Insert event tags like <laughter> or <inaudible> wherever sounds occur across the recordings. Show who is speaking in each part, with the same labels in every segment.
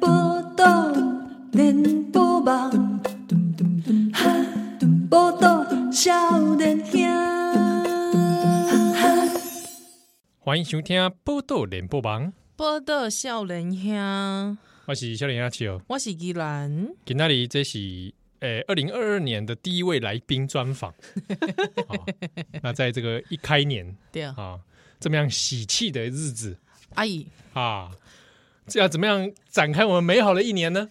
Speaker 1: 报道连波梦，报道少年兄。
Speaker 2: 欢迎收听《报道联播网》，
Speaker 3: 报道少年兄，
Speaker 2: 我是小林阿七哦。
Speaker 3: 我是依兰，
Speaker 2: 今天里这是呃二零二二年的第一位来宾专访。 <laughs> 好那在这个一开年
Speaker 3: 对，
Speaker 2: 啊，这么样喜气的日子
Speaker 3: 阿姨，
Speaker 2: 啊，这要怎么样展开我们美好的一年呢？，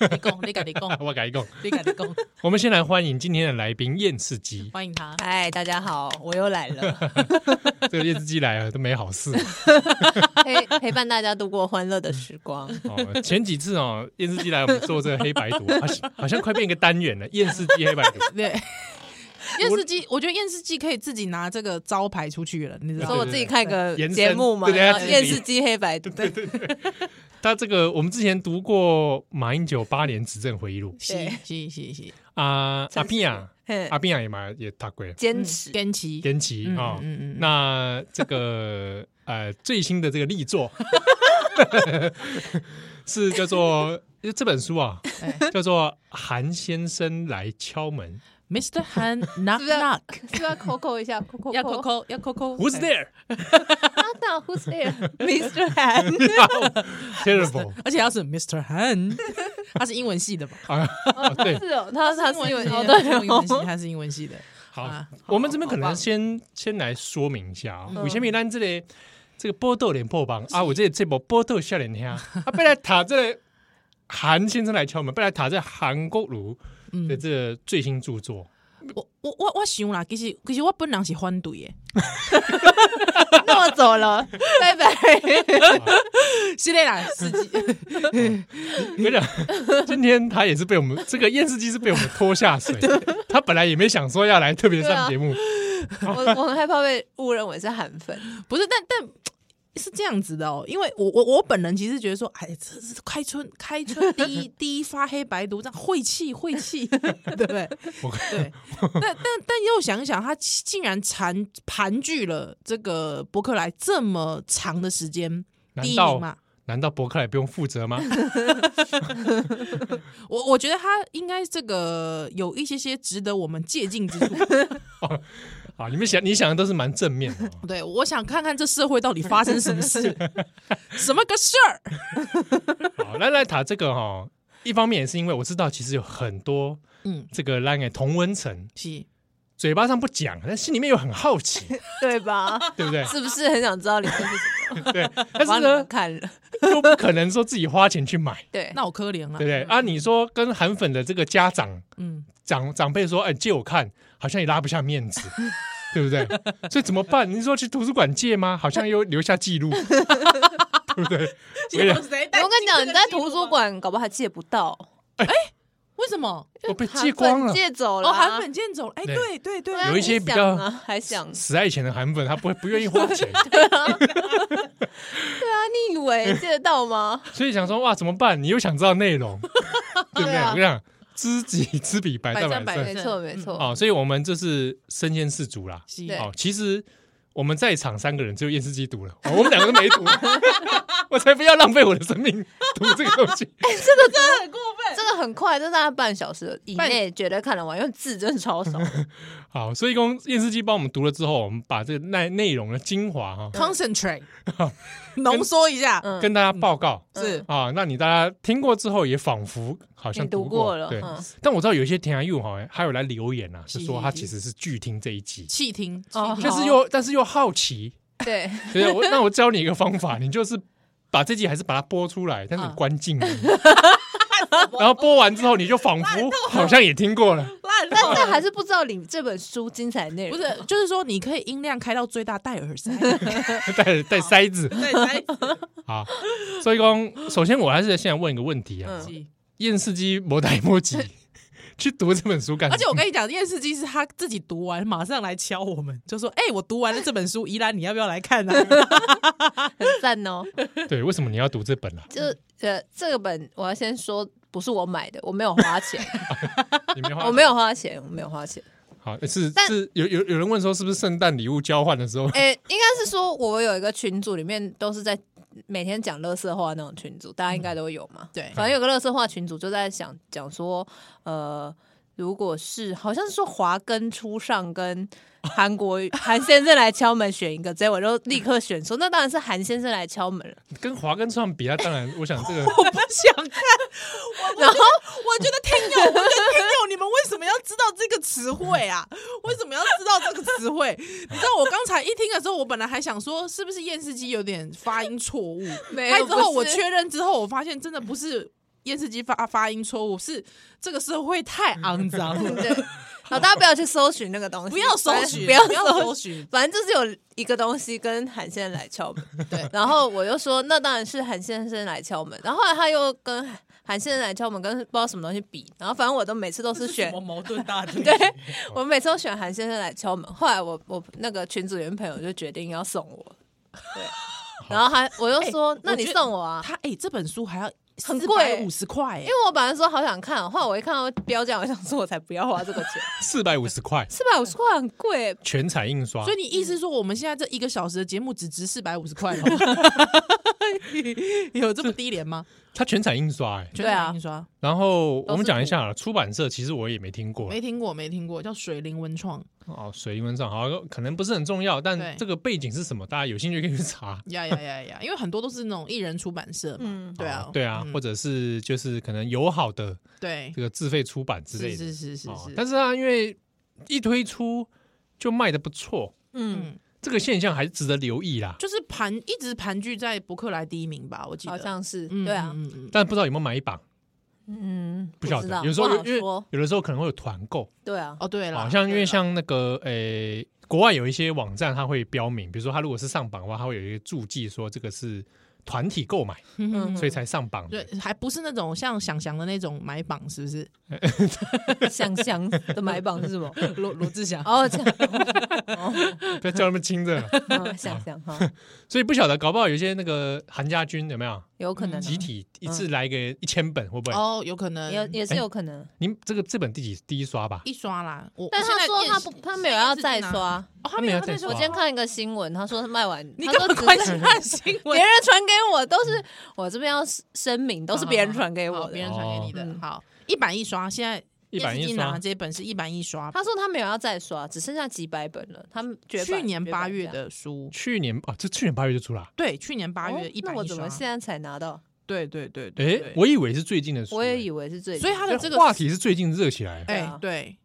Speaker 3: 你讲，你跟你讲
Speaker 2: 我改一共，
Speaker 3: 你跟你
Speaker 4: <laughs>
Speaker 3: 讲，
Speaker 2: 我们先来欢迎今天的来宾燕赤鸡。
Speaker 3: 欢迎他。
Speaker 4: 嗨，大家好，我又来
Speaker 3: <laughs>
Speaker 4: 了，
Speaker 2: 这个燕赤鸡来了都没好事。
Speaker 4: 陪陪伴大家度过欢乐的时光。
Speaker 2: 哦，前几次哦，燕赤鸡来我们做这个黑白读，好像好像快变一个单元了。燕赤鸡黑白读，
Speaker 3: 对，验视机， <laughs> 我觉得验视机可以自己拿这个招牌出去了，你知
Speaker 4: 你
Speaker 3: 道
Speaker 4: 说
Speaker 3: 吗？
Speaker 4: 我自己看个
Speaker 2: 延伸
Speaker 4: 节目嘛，
Speaker 2: 对
Speaker 4: 然后
Speaker 2: 对对
Speaker 4: 电视机黑白读，对
Speaker 2: 他这个我们之前读过马英九八年执政回忆录
Speaker 3: 是是是是，
Speaker 2: 啊，阿扁啊，
Speaker 4: 嘿
Speaker 2: 阿扁啊也嘛也读过了，
Speaker 4: 坚持
Speaker 3: 跟奇，
Speaker 2: 延期
Speaker 3: 嗯
Speaker 2: 啊。
Speaker 3: 嗯嗯嗯，
Speaker 2: 那这个 <laughs> 呃最新的这个力作 <laughs> 是叫做这本书啊，
Speaker 3: 哎
Speaker 2: 叫做《韩先生来敲门
Speaker 3: Mr. Han knock <laughs>
Speaker 4: 是不是
Speaker 3: knock，
Speaker 4: 是不是要 Coco 一下？Coco
Speaker 3: 要 Coco 要 Coco，
Speaker 2: ，Who's there？ <laughs>
Speaker 4: 啊 Who's <laughs> there？Mr. Han，
Speaker 2: Terrible
Speaker 3: 而且他是 Mr. Han，他 <laughs> 是英文系的吧？
Speaker 2: 啊！对，
Speaker 4: 是哦，他他是有哦
Speaker 3: 的， <laughs> 他是英文系，
Speaker 4: 对哦，
Speaker 3: 他是英文 <laughs> 系的。
Speaker 2: 好
Speaker 3: 啊，
Speaker 2: 我们这边可
Speaker 4: 好
Speaker 2: 能
Speaker 4: 棒
Speaker 2: 先先来说明一下啊，为什么咱这里这个波豆脸破榜啊，我这这波波豆笑脸听啊，本来塔这个韩先生来敲门，本来塔这韩国儒的这个最新著作，
Speaker 3: 我我我我想啦，其实其实我本人是反对的。
Speaker 4: 哦那我走 <laughs> 了，拜拜。
Speaker 3: 是的啦，司机
Speaker 2: 我跟你讲， <laughs> 今天他也是被我们这个验视机是被我们拖下水，他本来也没想说要来特别上节目，
Speaker 4: 我我很害怕被误认为是韩粉，
Speaker 3: 不是，但但是这样子的哦，因为我我我本人其实觉得说，哎，这是开春开春第一第一发黑白读，这样晦气晦气， <laughs> 对不对？
Speaker 2: 我
Speaker 3: 对，但但但又想一想，他竟然缠盘踞了这个伯克莱这么长的时间，
Speaker 2: 难
Speaker 3: 第一名
Speaker 2: 道
Speaker 3: 嘛，
Speaker 2: 难道伯克莱不用负责吗？ <laughs>
Speaker 3: 我我觉得他应该这个有一些些值得我们借鉴
Speaker 2: <laughs>
Speaker 3: 之处。
Speaker 2: 啊，你们想你想的都是蛮正面的哦。
Speaker 3: 对，我想看看这社会到底发生什么
Speaker 2: <laughs>
Speaker 3: 事，什么个事儿。
Speaker 2: 好，兰兰塔这个哈、一方面也是因为我知道，其实有很多
Speaker 3: 嗯，
Speaker 2: 这个兰给同温层，
Speaker 3: 是。
Speaker 2: 嘴巴上不讲，但心里面又很好奇，
Speaker 4: 对 <laughs> 吧？
Speaker 2: 对不对？
Speaker 4: 是不是很想知道里面是什
Speaker 2: 对，
Speaker 4: 么？
Speaker 2: 但是
Speaker 4: 帮你们
Speaker 2: 呢，
Speaker 4: 看了，
Speaker 2: 又不可能说自己花钱去买，
Speaker 4: 对，
Speaker 3: 那我可怜了，
Speaker 2: 对不对？啊，你说跟韩粉的这个家长
Speaker 3: 嗯，
Speaker 2: 长长辈说，哎，借我看，好像也拉不下面子。对不对？所以怎么办？你说去图书馆借吗？好像又留下记录，对不对？我跟你讲
Speaker 3: 谁
Speaker 4: 我跟你讲，你在图书馆搞不好还借不到，
Speaker 3: 为什么？
Speaker 2: 我被借光了。
Speaker 4: 借走了
Speaker 3: 哦，
Speaker 4: 啊，
Speaker 3: 韩粉见走，哎，
Speaker 2: 对
Speaker 3: 对对对，
Speaker 2: 有一些比较
Speaker 4: 还想啊还 <laughs> 想
Speaker 2: 死爱钱的韩粉，他不会不愿意花钱，
Speaker 4: 对啊，你以为借得到吗？
Speaker 2: 所以想说哇，怎么办？你又想知道内容，对不对？
Speaker 4: 对啊
Speaker 2: 我跟你讲，知己知彼，
Speaker 4: <laughs>
Speaker 2: 百战
Speaker 3: 百战
Speaker 2: 百
Speaker 3: 百
Speaker 2: 胜
Speaker 3: 胜
Speaker 4: 没错没错，
Speaker 2: 哦。所以我们这是身先士卒啦。
Speaker 3: 是
Speaker 4: 对
Speaker 2: 哦，其实我们在场三个人只有验尸机读了、哦，我们两个都没读， <laughs> 我才不要浪费我的生命读这个东西。
Speaker 3: 很过分。
Speaker 4: 这个很快，这大概半小时以
Speaker 3: 半
Speaker 4: 内绝对看得完，因为字真的超少。
Speaker 2: 好，所以公验尸机帮我们读了之后，我们把这个内内容的精华哈、 <laughs>
Speaker 3: Concentrate，浓缩一下，
Speaker 4: 嗯，
Speaker 2: 跟大家报告。
Speaker 3: 是
Speaker 2: 啊、那你大家听过之后，也仿佛好像
Speaker 4: <laughs> 你读
Speaker 2: 过
Speaker 4: 过了
Speaker 2: 对。
Speaker 4: 嗯
Speaker 2: 但我知道有一些听友哈，还有来留言啊，是
Speaker 3: 是
Speaker 2: 说
Speaker 3: 是
Speaker 2: 他
Speaker 3: 是
Speaker 2: 其实是拒听这一集，
Speaker 3: 气听
Speaker 4: 哦
Speaker 3: 气听
Speaker 2: 但是又但是又好奇，
Speaker 4: <laughs> 对，
Speaker 2: 对我那我教你一个方法，你就是把这集还是把它播出来，但是你
Speaker 3: 嗯
Speaker 2: 关静音，然后播完之后你就仿佛好像也听过了，
Speaker 3: 烂
Speaker 4: 但
Speaker 3: 透
Speaker 4: 是
Speaker 3: 了
Speaker 4: 还是不知道你这本书精彩内
Speaker 3: 不
Speaker 4: 容。
Speaker 3: 是，就是说你可以音量开到最大，戴耳 <laughs> 塞，
Speaker 2: 带带塞子
Speaker 3: 戴塞
Speaker 2: 啊。所以讲，首先我还是现在问一个问题啊，
Speaker 3: <laughs> 子。
Speaker 2: 验视机摩代摩吉去读这本书干什么？
Speaker 3: 而且我跟你讲，电视机是他自己读完，马上来敲我们，就说：“哎，我读完了这本书，宜兰你要不要来看啊呢
Speaker 4: 很赞哦。
Speaker 2: 对，为什么你要读这本啊？
Speaker 4: 就呃，这个本我要先说不是我买的，我没有花钱， <laughs>
Speaker 2: 你没花，
Speaker 4: 我没有花钱，我没有花钱。
Speaker 2: 好是
Speaker 4: 但
Speaker 2: 是有有有人问说是不是圣诞礼物交换的时候， <laughs>
Speaker 4: 诶、应该是说我有一个群组，里面都是在每天讲乐色话那种群组，大家应该都有嘛。
Speaker 3: 嗯对
Speaker 4: 反正有个乐色话群组就在想讲说，呃，如果是好像是说华根初上跟韩国 <laughs> 韩先生来敲门选一个，结果就立刻选说，那当然是韩先生来敲门了。
Speaker 2: 跟华根创比啊，当然我想这个
Speaker 3: 我不想看，
Speaker 4: 然后
Speaker 3: 我觉得听友，我觉得听友，你们为什么要知道这个词汇啊？为什么要知道这个词汇？你知道我刚才一听的时候，我本来还想说是不是验视机有点发音错误，
Speaker 4: 没有
Speaker 3: 还之后
Speaker 4: 不
Speaker 3: 我
Speaker 4: 是
Speaker 3: <laughs> 确认之后，我发现真的不是验视机发发音错误，是这个社会太肮脏了，
Speaker 4: 对，然后大家不要去搜寻那个东西，
Speaker 3: 不要搜
Speaker 4: 反正
Speaker 3: 寻，
Speaker 4: 不要
Speaker 3: 不要搜寻，
Speaker 4: 反正就是有一个东西跟韩先生来敲门，
Speaker 3: 对
Speaker 4: 然后我就说那当然是韩先生来敲门，然后后来他又跟韩先生来敲门跟不知道什么东西比，然后反正我都每次都
Speaker 3: 这
Speaker 4: 是
Speaker 3: 什 <laughs>
Speaker 4: 选
Speaker 3: 么，矛盾大的？
Speaker 4: 对我每次都选韩先生来敲门，后来我我那个群组员朋友就决定要送我，对， <laughs> 然后他我就说、
Speaker 3: 哎
Speaker 4: 那你
Speaker 3: 我觉得
Speaker 4: 送我啊，
Speaker 3: 他哎、这本书还要
Speaker 4: 很贵
Speaker 3: 五十块，哎
Speaker 4: 因，为我本来说好想看，后来我一看到标价，我想说我才不要花这个钱， <laughs>
Speaker 2: 四百五十块
Speaker 4: 四百五十块很贵，
Speaker 2: 全彩印刷
Speaker 3: 所，以你意思是说，我们现在这一个小时的节目只值四百五十块吗？
Speaker 2: 嗯
Speaker 3: <laughs> 有这么低
Speaker 2: <laughs>
Speaker 3: 廉吗？
Speaker 2: 它全彩印刷哎、
Speaker 4: 对啊
Speaker 3: 你说
Speaker 2: 然后我
Speaker 4: 都是
Speaker 2: 们讲一
Speaker 4: 图
Speaker 2: 下啊出版社，其实我也没听过
Speaker 3: 没听过，没听过，叫水灵文创。
Speaker 2: 哦。水英文上好像可能不是很重要，
Speaker 3: 对
Speaker 2: 但这个背景是什么，大家有兴趣可以去查。
Speaker 3: 呀呀呀呀！因为很多都是那种艺人出版社嘛，
Speaker 4: 嗯，
Speaker 3: 对啊
Speaker 2: 哦，对啊，
Speaker 3: 嗯
Speaker 2: 或者是就是可能友好的
Speaker 3: 对，
Speaker 2: 这个自费出版之类
Speaker 3: 是
Speaker 2: 的。
Speaker 3: 是是嗯是
Speaker 2: 哦
Speaker 3: 是，
Speaker 2: 但是啊，因为一推出就卖的不错，
Speaker 4: 嗯，
Speaker 3: 嗯，
Speaker 2: 这个现象还是值得留意啦。
Speaker 3: 就是盘一直盘踞在博客来第一名吧，我记得
Speaker 4: 好像是，
Speaker 3: 嗯
Speaker 4: 对啊，
Speaker 3: 嗯嗯嗯
Speaker 2: 但不知道有没有买榜，
Speaker 4: 嗯，
Speaker 2: 不晓
Speaker 4: 知
Speaker 2: 得。
Speaker 4: 道
Speaker 2: 有时候
Speaker 4: 不
Speaker 2: 有
Speaker 4: 好
Speaker 2: 因为
Speaker 4: 说，
Speaker 2: 有的时候可能会有团购，
Speaker 4: 对啊，
Speaker 3: 哦对了，
Speaker 2: 好像因
Speaker 3: 对
Speaker 2: 为
Speaker 3: 啦
Speaker 2: 像那个呃，国外有一些网站它会标明，比如说它如果是上榜的话，它会有一个注记说这个是团体购买，
Speaker 3: 嗯嗯嗯
Speaker 2: 所以才上榜的。
Speaker 3: 对，还不是那种像想翔的那种买榜，是不是？
Speaker 4: 想象的买榜是什么？
Speaker 3: 罗罗志祥，
Speaker 4: 哦，这样，哦，
Speaker 2: 不要叫他们听
Speaker 3: <laughs>
Speaker 2: 着，
Speaker 4: 哦想象哈，
Speaker 2: 所以不晓得搞不好有些那个韩家军有没有
Speaker 4: 有可能啊
Speaker 2: 集体一次来个一千本，会 <laughs> 不会？
Speaker 3: 嗯哦，有可能
Speaker 4: 也也是有可能，
Speaker 2: 您这个这本第几第一刷吧？
Speaker 3: 一刷啦。我
Speaker 4: 嗯但
Speaker 3: 我
Speaker 4: 他
Speaker 3: 现在
Speaker 4: 说
Speaker 3: 也
Speaker 4: 他
Speaker 3: 是
Speaker 4: 不，他没有要再刷。
Speaker 3: 哦，他
Speaker 2: 他
Speaker 3: 没
Speaker 2: 没
Speaker 3: 有
Speaker 2: 有
Speaker 3: 他
Speaker 2: 再
Speaker 3: 在
Speaker 2: 刷
Speaker 3: 说，
Speaker 4: 我今天看一个新闻，他说是卖完，
Speaker 3: 你
Speaker 4: 他
Speaker 3: 根
Speaker 4: 说
Speaker 3: 本
Speaker 4: 只
Speaker 3: 关
Speaker 4: 是
Speaker 3: 心他的新
Speaker 4: <laughs> 别
Speaker 3: 闻，
Speaker 4: 人传给我，都是我这边要声明，都是别人传给
Speaker 3: 好
Speaker 4: 我
Speaker 3: 哦别
Speaker 4: 的。
Speaker 3: 人传给你的。
Speaker 4: 哦
Speaker 3: 好，一版一刷，现在
Speaker 2: 一版
Speaker 3: 电视
Speaker 2: 一
Speaker 3: 机
Speaker 2: 刷
Speaker 3: 拿这一本是一版一刷，
Speaker 4: 他说他没有要再刷，只剩下几百本了。他们绝版
Speaker 3: 去年八月，
Speaker 4: 绝版
Speaker 3: 的书，
Speaker 2: 去年啊，这去年八月就出了啊。
Speaker 3: 对，去年八
Speaker 4: 这样
Speaker 3: 月
Speaker 4: 哦
Speaker 3: 一
Speaker 4: 那
Speaker 3: 版
Speaker 4: 我
Speaker 3: 一
Speaker 4: 怎么
Speaker 3: 刷，
Speaker 4: 现在才拿到？
Speaker 3: 对对对对，
Speaker 2: 哎
Speaker 3: 对，
Speaker 2: 我以为是最近的书，
Speaker 4: 我也
Speaker 2: 为。
Speaker 4: 以为是最近，
Speaker 3: 所以他的这个
Speaker 2: 话题是最近热起来，
Speaker 4: 对
Speaker 3: 哎
Speaker 4: 啊
Speaker 3: 对。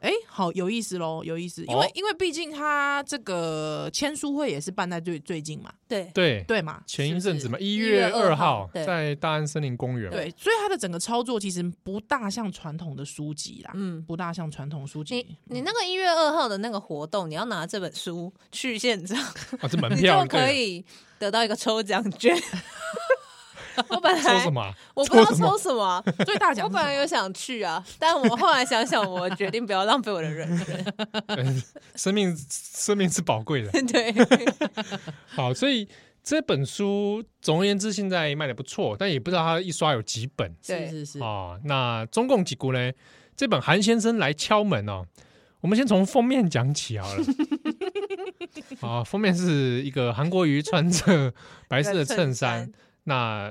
Speaker 3: 哎，好有意思喽，有意思，因
Speaker 2: 哦
Speaker 3: 为、因为毕竟他这个签书会也是办在最最近嘛，
Speaker 4: 对
Speaker 2: 对，
Speaker 3: 对嘛，
Speaker 2: 前
Speaker 3: 是
Speaker 2: 一
Speaker 3: 不
Speaker 2: 阵
Speaker 3: 是
Speaker 2: 子嘛，一
Speaker 4: 1
Speaker 2: 月
Speaker 4: 月2
Speaker 2: 二号
Speaker 4: 对
Speaker 2: 在大安森林公园，
Speaker 3: 对，所以它的整个操作其实不大像传统的书籍啦，
Speaker 4: 嗯
Speaker 3: 不大像传统书
Speaker 4: 你
Speaker 3: 籍。嗯
Speaker 4: 你那个一月二号的那个活动，你要拿这本书去现场，
Speaker 2: 啊，这门
Speaker 4: <laughs> 你
Speaker 2: 票
Speaker 4: 就可以得到一个抽奖 <laughs> 券。我本
Speaker 2: 对啊抽
Speaker 4: 来
Speaker 2: 什 <laughs> 么啊？
Speaker 4: 我不知道
Speaker 2: 抽什么
Speaker 4: 抽什么啊，
Speaker 3: 最大奖
Speaker 4: 我
Speaker 3: 是
Speaker 4: 本来
Speaker 3: 什么
Speaker 4: 有想去啊，但我后来想想，我决定不要浪费我的人 <laughs> 生。
Speaker 2: 哎生命生命是宝 <laughs> 贵的，
Speaker 4: 对，
Speaker 2: 好，所以这本书总而言之现在卖的不错，但也不知道它一刷有几本
Speaker 4: 对
Speaker 3: 是是是，
Speaker 2: 啊。那中共几股呢？这本韩先生来敲门哦，我们先从封面讲起好 <laughs> 了。啊，封面是一个韩国瑜穿着白色的衬衫，那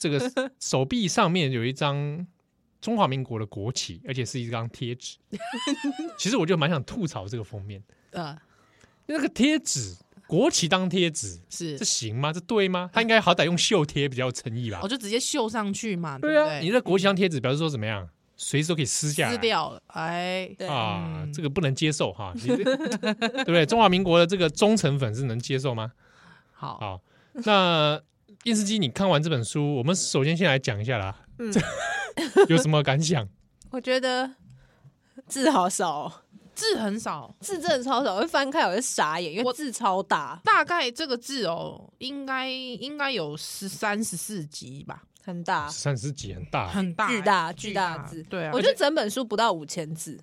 Speaker 2: 这个手臂上面有一张中华民国的国旗，而且是一张贴 <laughs> 纸。其实我就蛮想吐槽这个封面，
Speaker 3: 呃，
Speaker 2: 那个贴纸，国旗当贴纸，
Speaker 3: 是
Speaker 2: 这，行吗？这对吗？他应该好歹用绣贴比较有诚意吧
Speaker 3: 哦我？就直接绣上去嘛，
Speaker 2: 对
Speaker 3: 不
Speaker 2: 啊，
Speaker 3: 对？
Speaker 2: 你的国旗当贴纸表示说怎么样，随时都可以撕下来。
Speaker 3: 撕掉了，哎，
Speaker 4: 对
Speaker 2: 啊
Speaker 3: 嗯，
Speaker 2: 这个不能接受哈，你这 <laughs> 对不对？中华民国的这个忠诚粉是能接受吗？
Speaker 3: 好，
Speaker 2: 好，那电视机，你看完这本书，我们首先先来讲一下啦，
Speaker 4: 嗯
Speaker 2: 这 <laughs> 有什么感想？
Speaker 4: 我觉得字好少、哦，
Speaker 3: 字很少，
Speaker 4: 字真的超少，我一翻开我就傻眼，因为字超大，
Speaker 3: 大概这个字哦，应该应该有十三十四集吧，
Speaker 4: 很大，
Speaker 2: 三十几很大，
Speaker 3: 很大，
Speaker 4: 巨大
Speaker 3: 巨
Speaker 4: 巨
Speaker 3: 大
Speaker 4: 大字。
Speaker 3: 对啊，
Speaker 4: 我觉得整本书不到五千字，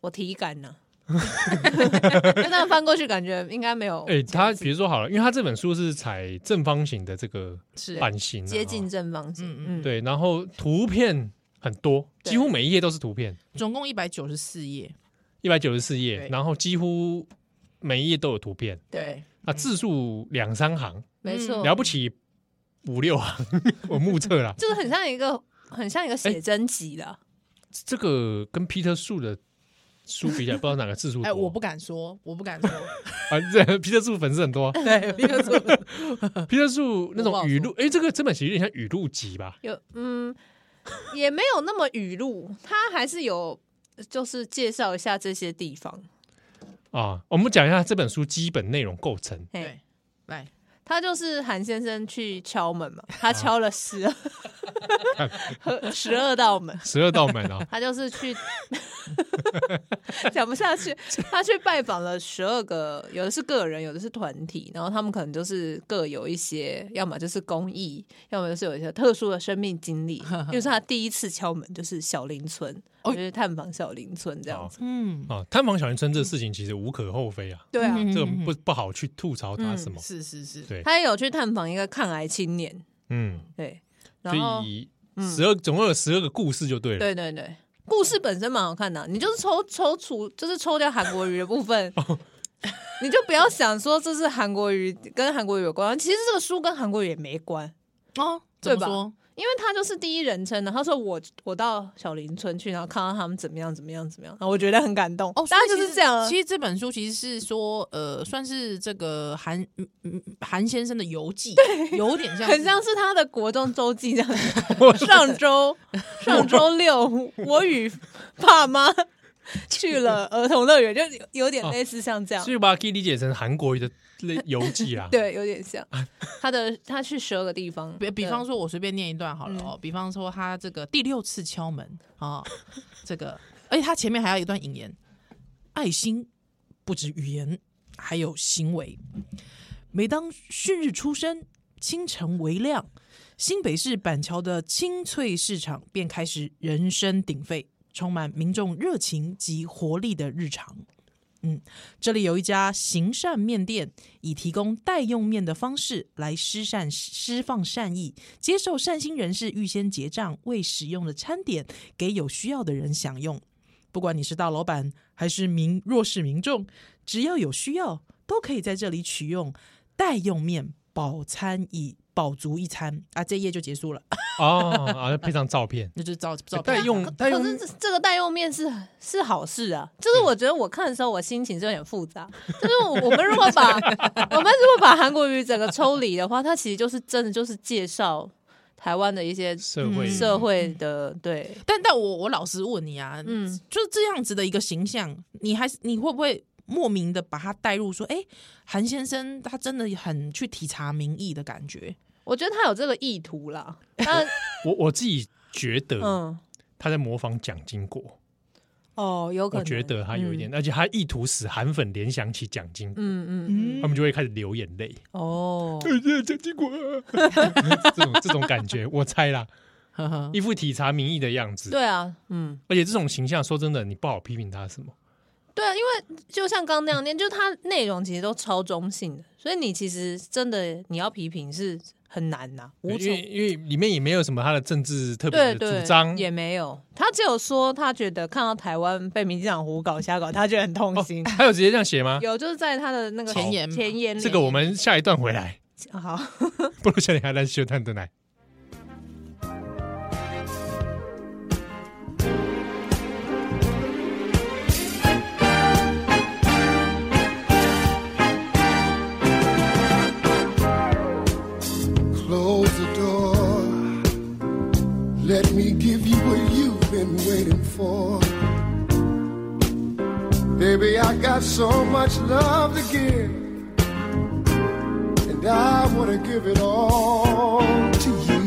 Speaker 4: 我体感呢、啊 <laughs> 那这样翻过去感觉应该没有
Speaker 2: 哎、他比如说好了，因为他这本书是采正方形的这个
Speaker 3: 是
Speaker 2: 版型啊、
Speaker 4: 接近
Speaker 2: 哦
Speaker 4: 正方形。
Speaker 3: 嗯
Speaker 4: 嗯，
Speaker 2: 对，然后图片很多，
Speaker 4: 对
Speaker 2: 几乎每一页都是图片，
Speaker 3: 总共一百九十四页，
Speaker 2: 一百九十四
Speaker 3: 对
Speaker 2: 页，然后几乎每一页都有图片，
Speaker 4: 对，
Speaker 2: 啊，字数两三行，
Speaker 4: 没错，
Speaker 2: 了不起五六行， <laughs> 我目测啦。
Speaker 4: 就是很像一个很像一个写真集的，
Speaker 2: 这个跟 Peter 树的书比起来，不知道哪个字数多。
Speaker 3: 哎，我不敢说，我不敢
Speaker 4: <laughs>
Speaker 3: 说，
Speaker 2: 啊，这 Peter 树粉丝很多啊。
Speaker 3: <laughs> 对，一个说
Speaker 2: Peter 树那
Speaker 3: 我不好
Speaker 2: 种
Speaker 3: 说
Speaker 2: 语录，哎，这个这本其实有点像语录集吧？
Speaker 4: 有嗯，也没有那么语录，它还是有就是介绍一下这些地方。
Speaker 2: 啊，我们讲一下这本书基本内容构成。
Speaker 4: 嘿
Speaker 3: 对，，来，
Speaker 4: 他就是韩先生去敲门嘛，他敲了十二十二道门，，
Speaker 2: 十二道门啊
Speaker 4: 他就是去讲不下去，他去拜访了十二个，有的是个人，有的是团体，然后他们可能就是各有一些，要么就是公益，要么就是有一些特殊的生命经 <laughs> 历。就是他第一次敲门就是小林村，
Speaker 3: 哦
Speaker 4: 就是探访小林村 <laughs> 这样子。
Speaker 3: 嗯，
Speaker 2: 啊，探访小林村这事情其实无可厚非啊，
Speaker 4: 对啊，
Speaker 3: 嗯
Speaker 2: 这个不不好去吐槽
Speaker 4: 嗯
Speaker 2: 他什么。
Speaker 3: 是是是，
Speaker 2: 对，
Speaker 4: 他也有去探访一个抗癌青年，
Speaker 2: 嗯，
Speaker 4: 对，
Speaker 2: 所
Speaker 4: 然后嗯
Speaker 2: 以十二总共有十二个故事就对了。
Speaker 4: 对对对，故事本身蛮好看的啊、你就是抽抽除，就是抽掉韩国瑜的
Speaker 3: <laughs>
Speaker 4: 部分。
Speaker 3: 哦
Speaker 4: <laughs> 你就不要想说这是韩国瑜跟韩国瑜有关，其实这个书跟韩国瑜也没关，
Speaker 3: 哦，怎
Speaker 4: 对
Speaker 3: 么
Speaker 4: 吧
Speaker 3: 说？
Speaker 4: 因为他就是第一人称的。他说我我到小林村去，然后看到他们怎么样怎么样怎么样，然后我觉得很感动。
Speaker 3: 哦，
Speaker 4: 大家
Speaker 3: 所以
Speaker 4: 就
Speaker 3: 其
Speaker 4: 是
Speaker 3: 实
Speaker 4: 这样啊。
Speaker 3: 其实这本书其实是说，呃，算是这个韩嗯嗯韩先生的游记，有点像，
Speaker 4: 很像。是他的国中周记这样子。上
Speaker 3: <laughs>
Speaker 4: 周上周六，我与爸妈去了儿童乐园，就有有
Speaker 3: 哦
Speaker 4: 点类似像这样
Speaker 2: 所。以把它可以理解成韩国语的类游记啊啦。
Speaker 4: <laughs> 对，有点像他的，他去十二个地方，
Speaker 3: 啊比比
Speaker 4: 对
Speaker 3: 方说，我随便念一段好了哦。比方说，他这个第六次敲门啊、哦这个，而且他前面还有一段引言：爱心不止语言，还有行为。每当旭日初升，清晨微亮，新北市板桥的清脆市场便开始人声鼎沸，充满民众热情及活力的日常。嗯，这里有一家行善面店，以提供代用面的方式来施善释放善意，接受善心人士预先结账未使用的餐点给有需要的人享用。不管你是大老板还是民弱势民众，只要有需要，都可以在这里取用代用面饱餐以饱足一餐啊！这一页就结束了， <laughs>
Speaker 2: 哦，啊，配上照片，
Speaker 3: 那就是照照
Speaker 2: 代
Speaker 3: 片啊
Speaker 2: 用代
Speaker 4: 可
Speaker 2: 用
Speaker 4: 是这这个代用面是是好事啊，就是我觉得我看的时候，我心情是有点复杂。 <laughs> 就是我我们如果把我们如果把韩国瑜整个抽离的话，它其实就是真的就是介绍台湾的一些
Speaker 2: 社会
Speaker 3: 嗯
Speaker 4: 社会的对，
Speaker 3: 但但我我老实问你啊，嗯
Speaker 4: 嗯，
Speaker 3: 就是这样子的一个形象，你还是你会不会莫名的把他带入说，哎、韩先生他真的很去体察民意的感觉？
Speaker 4: 我觉得他有这个意图
Speaker 3: <laughs>
Speaker 4: 啦。但
Speaker 2: 我我自己觉得 <laughs>
Speaker 4: 嗯，
Speaker 2: 他在模仿蒋经国，
Speaker 4: 哦，有
Speaker 2: 我
Speaker 4: 可能，
Speaker 2: 觉得他有一点，而且他意图使韩粉联想起蒋经国，
Speaker 4: 嗯嗯嗯，
Speaker 3: 嗯
Speaker 2: 他们就会开始流眼泪。
Speaker 4: 哦，
Speaker 2: 哎呀蒋经国
Speaker 4: <laughs>
Speaker 2: 啊，这种这种感觉，我猜啦，
Speaker 3: 呵呵，
Speaker 2: 一副体察民意的样子。
Speaker 4: 对啊，嗯。
Speaker 2: 而且这种形象，说真的，你不好批评他什么。
Speaker 4: 对啊，因为就像刚刚那样念，就它内容其实都超中性的，所以你其实真的你要批评是很难呐、无
Speaker 2: 因为
Speaker 4: 从。
Speaker 2: 因为里面也没有什么他的政治特别
Speaker 4: 对
Speaker 2: 的
Speaker 4: 对
Speaker 2: 主张，
Speaker 4: 也没有，他只有说他觉得看到台湾被民进党胡搞瞎搞，他觉得很痛
Speaker 2: 哦
Speaker 4: 心。，
Speaker 2: 还有直接这样写吗？
Speaker 4: 有就是在他的那个
Speaker 3: 前言嘛
Speaker 4: 前言里，
Speaker 2: 这个我们下一段回来，
Speaker 4: <laughs> 好，
Speaker 2: 不如下一段来修探的来。
Speaker 5: Close the door. Let me give you what you've been waiting for. Baby, I got so much love to give. And I want to give it all to you.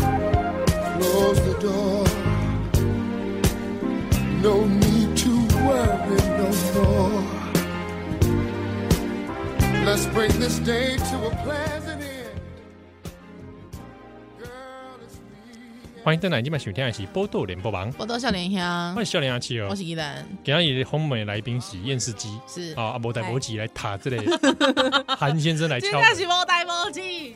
Speaker 5: Close the door. No need to worry no more. Let's bring this day to a pleasant end. Girl, it's me.
Speaker 2: 欢迎登来，今晚收听的是《波多连播网》，
Speaker 3: 我都笑脸香
Speaker 2: 欢迎，笑脸阿七哦
Speaker 3: 我，是依兰，
Speaker 2: 今日的红美来宾是验尸机，
Speaker 3: 是
Speaker 2: 啊，阿伯带伯吉来塔这类，
Speaker 3: <laughs>
Speaker 2: 韩先生来
Speaker 3: 今
Speaker 2: 敲
Speaker 3: 天
Speaker 2: 门，
Speaker 3: 是我戴墨镜，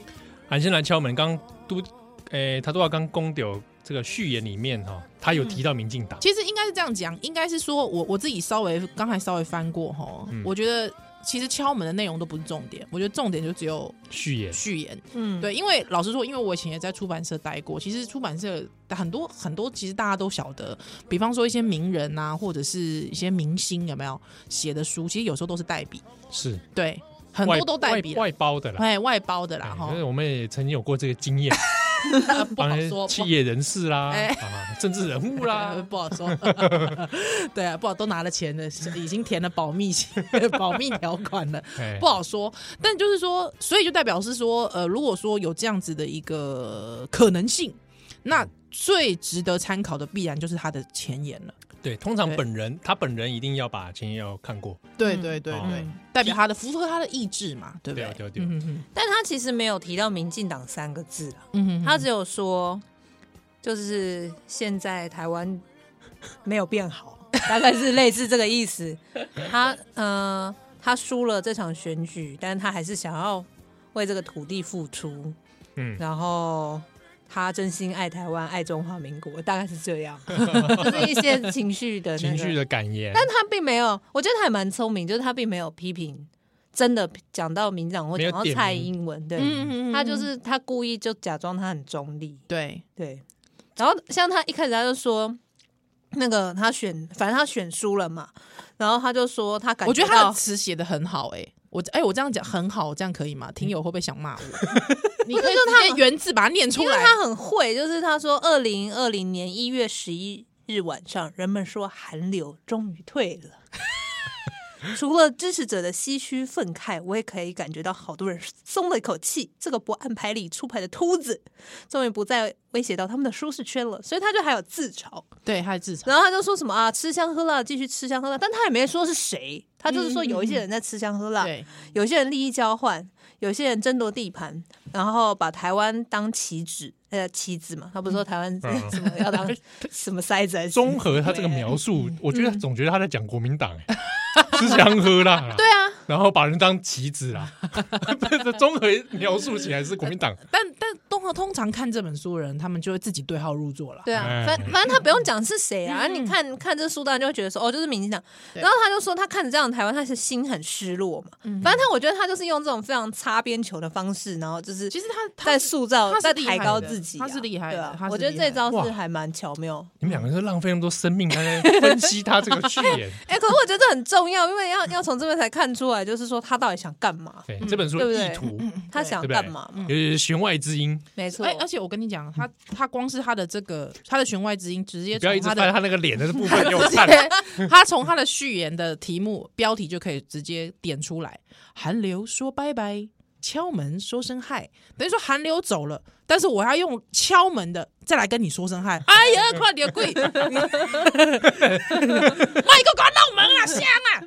Speaker 2: 韩先生来敲门，刚都，诶，他都要刚公掉这个序言里面哈，他
Speaker 3: 嗯
Speaker 2: 有提到民进党，
Speaker 3: 其实应该是这样讲，应该是说我我自己稍微刚才稍微翻过哈，
Speaker 2: 嗯
Speaker 3: 我觉得其实敲门的内容都不是重点，我觉得重点就只有
Speaker 2: 序言，
Speaker 3: 序言。
Speaker 4: 嗯，
Speaker 3: 对，因为老实说，因为我以前也在出版社待过，其实出版社很多很多，其实大家都晓得，比方说一些名人啊，或者是一些明星有没有写的书，其实有时候都是代笔，
Speaker 2: 是
Speaker 3: 对，很
Speaker 2: 外
Speaker 3: 多都代
Speaker 2: 外
Speaker 3: 笔啦，
Speaker 2: 外包的啦，
Speaker 3: 哎，外包的啦
Speaker 2: 哎
Speaker 3: 哈
Speaker 2: 可，是我们也曾经有过这个经验，
Speaker 3: 呃不好
Speaker 2: 帮
Speaker 3: 说，
Speaker 2: 企
Speaker 3: 不
Speaker 2: 业人士啦，
Speaker 3: 哎
Speaker 2: <laughs> 啊，政治人物
Speaker 3: <laughs> 呃
Speaker 2: 啦，
Speaker 3: 不好说，对啊，不好都拿了钱了，已经填了保密 <laughs> 保密条款了，
Speaker 2: 哎
Speaker 3: 不好说。但就是说，所以就代表是说，呃，如果说有这样子的一个可能性，那最值得参考的必然就是他的前言了。
Speaker 2: 对，通常
Speaker 3: 对
Speaker 2: 本人他本人一定要把前要看过，
Speaker 3: 对
Speaker 4: 嗯
Speaker 3: 对对
Speaker 2: 哦
Speaker 3: 对，代表他的符合他的意志嘛，对不
Speaker 2: 对
Speaker 3: 对
Speaker 2: 啊？对啊对啊
Speaker 3: 嗯嗯
Speaker 4: 但他其实没有提到民进党三个字啊，
Speaker 3: 嗯嗯，
Speaker 4: 他只有说，就是现在台湾没有变好， <laughs> 大概是类似这个意思。他呃，他输了这场选举，但他还是想要为这个土地付出，
Speaker 2: 嗯
Speaker 4: 然后。他真心爱台湾，爱中华民国，大概是这
Speaker 2: <laughs>
Speaker 4: 样，就是一些情绪
Speaker 3: 嗯
Speaker 4: 的、那个、
Speaker 2: 情绪的感言，
Speaker 4: 但他并没有，我觉得他还蛮聪明，就是他并没有批评，真的讲到民进党或
Speaker 2: 没有
Speaker 4: 讲到
Speaker 2: 点名
Speaker 4: 蔡英文，对，
Speaker 3: 嗯嗯嗯
Speaker 4: 他就是他故意就假装他很中立，
Speaker 3: 对，
Speaker 4: 对。然后像他一开始他就说，那个他选，反正他选输了嘛，然后他就说他感
Speaker 3: 我觉得他
Speaker 4: 到
Speaker 3: 的词写的很好，哎，我哎，我这样讲很好，这样可以吗？听友会不会想
Speaker 4: <laughs>
Speaker 3: 骂我？你可以直接原字把它念出
Speaker 4: 因为
Speaker 3: 来。
Speaker 4: 他很会，就是他说二零二零年一月十一日晚上，人们说寒流终于退了。 <laughs> 除了支持者的唏嘘愤慨，我也可以感觉到好多人松了一口气。这个不按牌理出牌的秃子，终于不再威胁到他们的舒适圈了。所以他就还有自嘲，
Speaker 3: 对，他的自嘲。
Speaker 4: 然后他就说什么啊，吃香喝辣，继续吃香喝辣，但他也没说是谁，他就是说有一些人在吃香喝辣，
Speaker 3: 对，
Speaker 4: 有些人利益交换，有些人争夺地盘，然后把台湾当棋子，呃，棋子嘛，他不是说台湾
Speaker 2: 嗯
Speaker 4: <laughs> 什么要当什么塞子还是什么，
Speaker 2: 综合他这个描
Speaker 3: 嗯
Speaker 2: 述，我觉得总觉得他在讲国民党、欸， <laughs> 吃香喝辣
Speaker 3: <laughs>
Speaker 2: 啦，
Speaker 4: 对啊，
Speaker 2: 然后把人当棋子啦， <laughs> 这综合描述起来是国民
Speaker 3: <laughs>
Speaker 2: 党，
Speaker 3: 但但通通常看这本书的人，他们就会自己对号入座了。
Speaker 4: 对
Speaker 2: 哎
Speaker 4: 啊，反反正他不用讲是谁啊，你看看这书单就会觉得说哦，就是民进党，
Speaker 3: 对
Speaker 4: 然后他就说他看着这样的台湾，他是心很失落嘛，反正他我觉得他就是用这种非常擦边球的方式，然后就是
Speaker 3: 其实他
Speaker 4: 在
Speaker 3: 他
Speaker 4: 塑造
Speaker 3: 他是
Speaker 4: 在
Speaker 3: 厉害
Speaker 4: 抬高
Speaker 3: 的
Speaker 4: 自己啊，
Speaker 3: 他是厉害
Speaker 4: 对
Speaker 3: 的
Speaker 4: 啊
Speaker 3: 他是
Speaker 4: 我觉得
Speaker 3: 厉害
Speaker 4: 这招
Speaker 2: 的
Speaker 4: 是
Speaker 2: 哇
Speaker 4: 还蛮巧 <laughs> 妙。
Speaker 2: 你们两个人浪费那么多生命在那边分析他这个序
Speaker 3: <laughs>
Speaker 2: 言。
Speaker 4: 哎、可是我觉得这很重要，因为要要从这边才看出来，就是说他到底想干嘛，
Speaker 3: 嗯
Speaker 2: 对，哎这本书的
Speaker 4: 对不对嗯
Speaker 2: 意图，
Speaker 4: 他想
Speaker 2: 对不
Speaker 4: 干
Speaker 2: 对
Speaker 4: 嘛嘛？？
Speaker 2: 有有弦外之音，
Speaker 4: 没错，
Speaker 3: 哎、而且我跟你讲，他他光是他的这个他的弦外之音，直接
Speaker 2: 你不要一
Speaker 3: 从
Speaker 2: 直
Speaker 3: 他
Speaker 2: 翻
Speaker 3: 的
Speaker 2: 他那个脸的部分给我
Speaker 3: <laughs>
Speaker 2: 看。
Speaker 3: 他从他的序言的题目标题就可以直接点出来。韩流说拜拜，敲门说声嗨，等于说韩流走了，但是我要用敲门的再来跟你说
Speaker 2: <laughs>
Speaker 3: 声嗨。哎呀，快点跪，卖个关弄门啊，香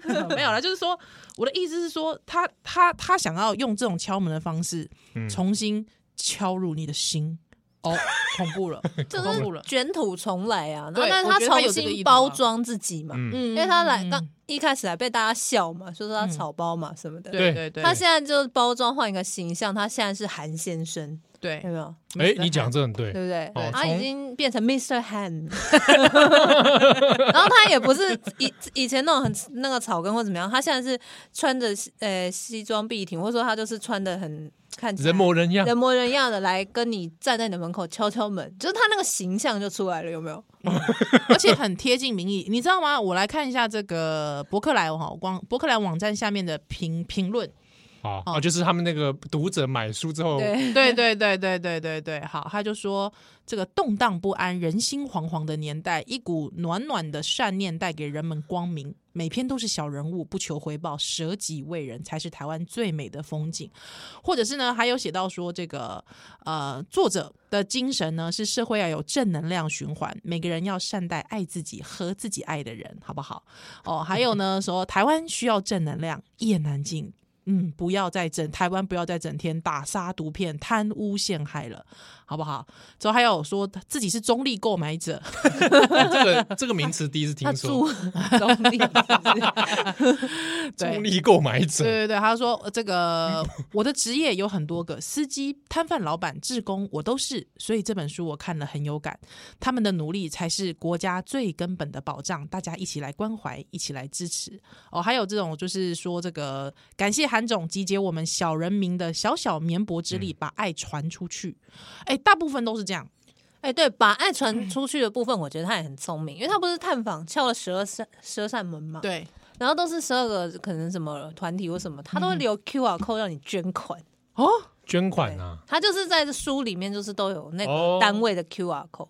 Speaker 2: <laughs>
Speaker 3: 啊！没有了，就是说我的意思是说，他他他想要用这种敲门的方式，
Speaker 2: 嗯
Speaker 3: 重新敲入你的心。哦，恐怖
Speaker 2: <laughs>
Speaker 3: 了，
Speaker 4: 就
Speaker 3: 恐怖
Speaker 4: 是
Speaker 3: 了。
Speaker 4: 卷土重来啊，然后
Speaker 3: 对
Speaker 4: 但是
Speaker 3: 我觉得他
Speaker 4: 重
Speaker 3: 有这个意
Speaker 4: 新
Speaker 3: 图啊
Speaker 4: 包装自己嘛，
Speaker 2: 嗯，
Speaker 3: 嗯
Speaker 4: 因为他来刚一开始还被大家笑嘛，说说他草包嘛什么的。
Speaker 3: 对对对，
Speaker 4: 他现在就是包装换一个形象，他现在是韩先生，
Speaker 3: 对
Speaker 4: 有没有？
Speaker 2: 哎，你讲这很对
Speaker 4: 对，不对？
Speaker 2: 哦
Speaker 4: 他
Speaker 2: 从
Speaker 4: 已经变成
Speaker 3: <laughs>
Speaker 4: Mr. Han，然后他也不是以以前那种很那个草根或怎么样，他现在是穿着西呃西装笔挺，或者说他就是穿的很看起来
Speaker 2: 人模人样，
Speaker 4: 人模人样的来跟你站在你的门口敲敲门， <laughs> 就是他那个形象就出来了，有没有？
Speaker 3: <laughs> 而且很贴近民意，你知道吗？我来看一下这个博客来哈，网博客来网站下面的评评论。
Speaker 2: 啊啊，就是他们那个读者买书之后，
Speaker 4: 哦对，
Speaker 3: 对对对对对对对，好，他就说这个动荡不安、人心惶惶的年代，一股暖暖的善念带给人们光明。每篇都是小人物，不求回报，舍己为人，才是台湾最美的风景。或者是呢，还有写到说这个呃，作者的精神呢是社会要有正能量循环，每个人要善待爱自己和自己爱的人，好不好？哦，还有呢，说台湾需要正能量，一言难尽。嗯，不要再整台湾不要再整天打杀毒片、贪污陷害了，好不好？之后还有说自己是中立购买者， <laughs>
Speaker 2: 哎这个这个名词第一次
Speaker 4: 他
Speaker 2: 听
Speaker 4: 住
Speaker 2: 说，
Speaker 4: 中立，
Speaker 3: 对
Speaker 2: 中立购买
Speaker 3: 对
Speaker 2: 者，
Speaker 3: 对对，他说呃这个我的职业有很多个，司机、摊贩、老板、志工，我都是。所以这本书我看了很有感，他们的努力才是国家最根本的保障，大家一起来关怀，一起来支持。哦，还有这种就是说这个感谢韩总集结我们小人民的小小绵薄之
Speaker 2: 嗯
Speaker 3: 力，把爱传出去。哎，大部分都是这样。
Speaker 4: 哎，对，把爱传出去的部分，我觉得他也很聪明，因为他不是探访撬了十二扇十二扇门嘛，
Speaker 3: 对，
Speaker 4: 然后都是十二个可能什么团体或什么，
Speaker 2: 嗯
Speaker 4: 他都会留 QR code 让你捐款，
Speaker 3: 哦，
Speaker 2: 捐款啊，
Speaker 4: 他就是在这书里面就是都有那
Speaker 2: 哦嗯
Speaker 4: 个单位的 QR code，、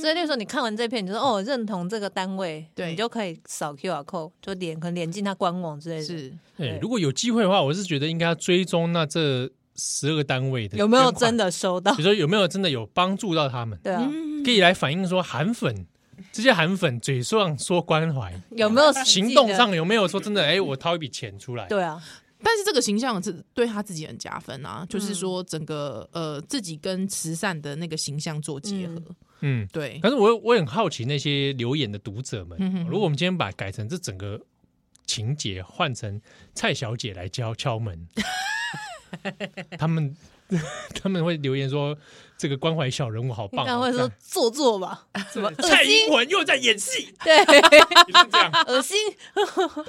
Speaker 4: 所以例如说你看完这篇，你就说哦我认同这个单位，
Speaker 3: 对
Speaker 4: 你就可以扫 QR code 就连可能连进他官网之类的，
Speaker 3: 是
Speaker 2: 哎
Speaker 4: 对，
Speaker 2: 如果有机会的话，我是觉得应该要追踪那这十二个单位的
Speaker 4: 有没有
Speaker 2: 捐款嗯
Speaker 4: 真，的收到
Speaker 2: 比？如说有没有真的有帮助到他们，
Speaker 4: 对啊，
Speaker 2: 可以来反映说韩粉这些韩粉嘴上说关怀，
Speaker 4: 有没有实际的
Speaker 2: 行动？上有没有说真的？哎，我掏一笔钱出来，
Speaker 4: 对啊，
Speaker 3: 但是这个形象是对他自己很加分啊，就是说整个呃自己跟慈善的那个形象做结合，
Speaker 2: 嗯。
Speaker 3: 对，
Speaker 2: 但是我我很好奇那些留言的读者们，哦
Speaker 3: 嗯哼
Speaker 2: 如果我们今天把改成这整个情节换成蔡小姐来敲敲
Speaker 3: <laughs>
Speaker 2: 门，他们他们会留言说这个关怀小人物好
Speaker 4: 应
Speaker 2: 棒、
Speaker 4: 该
Speaker 2: 哦，
Speaker 4: 会说做作吧，
Speaker 2: 这样 <laughs> 蔡英文又在演戏，
Speaker 4: 对，
Speaker 2: 你是这
Speaker 3: <laughs>
Speaker 2: 样
Speaker 4: 恶心，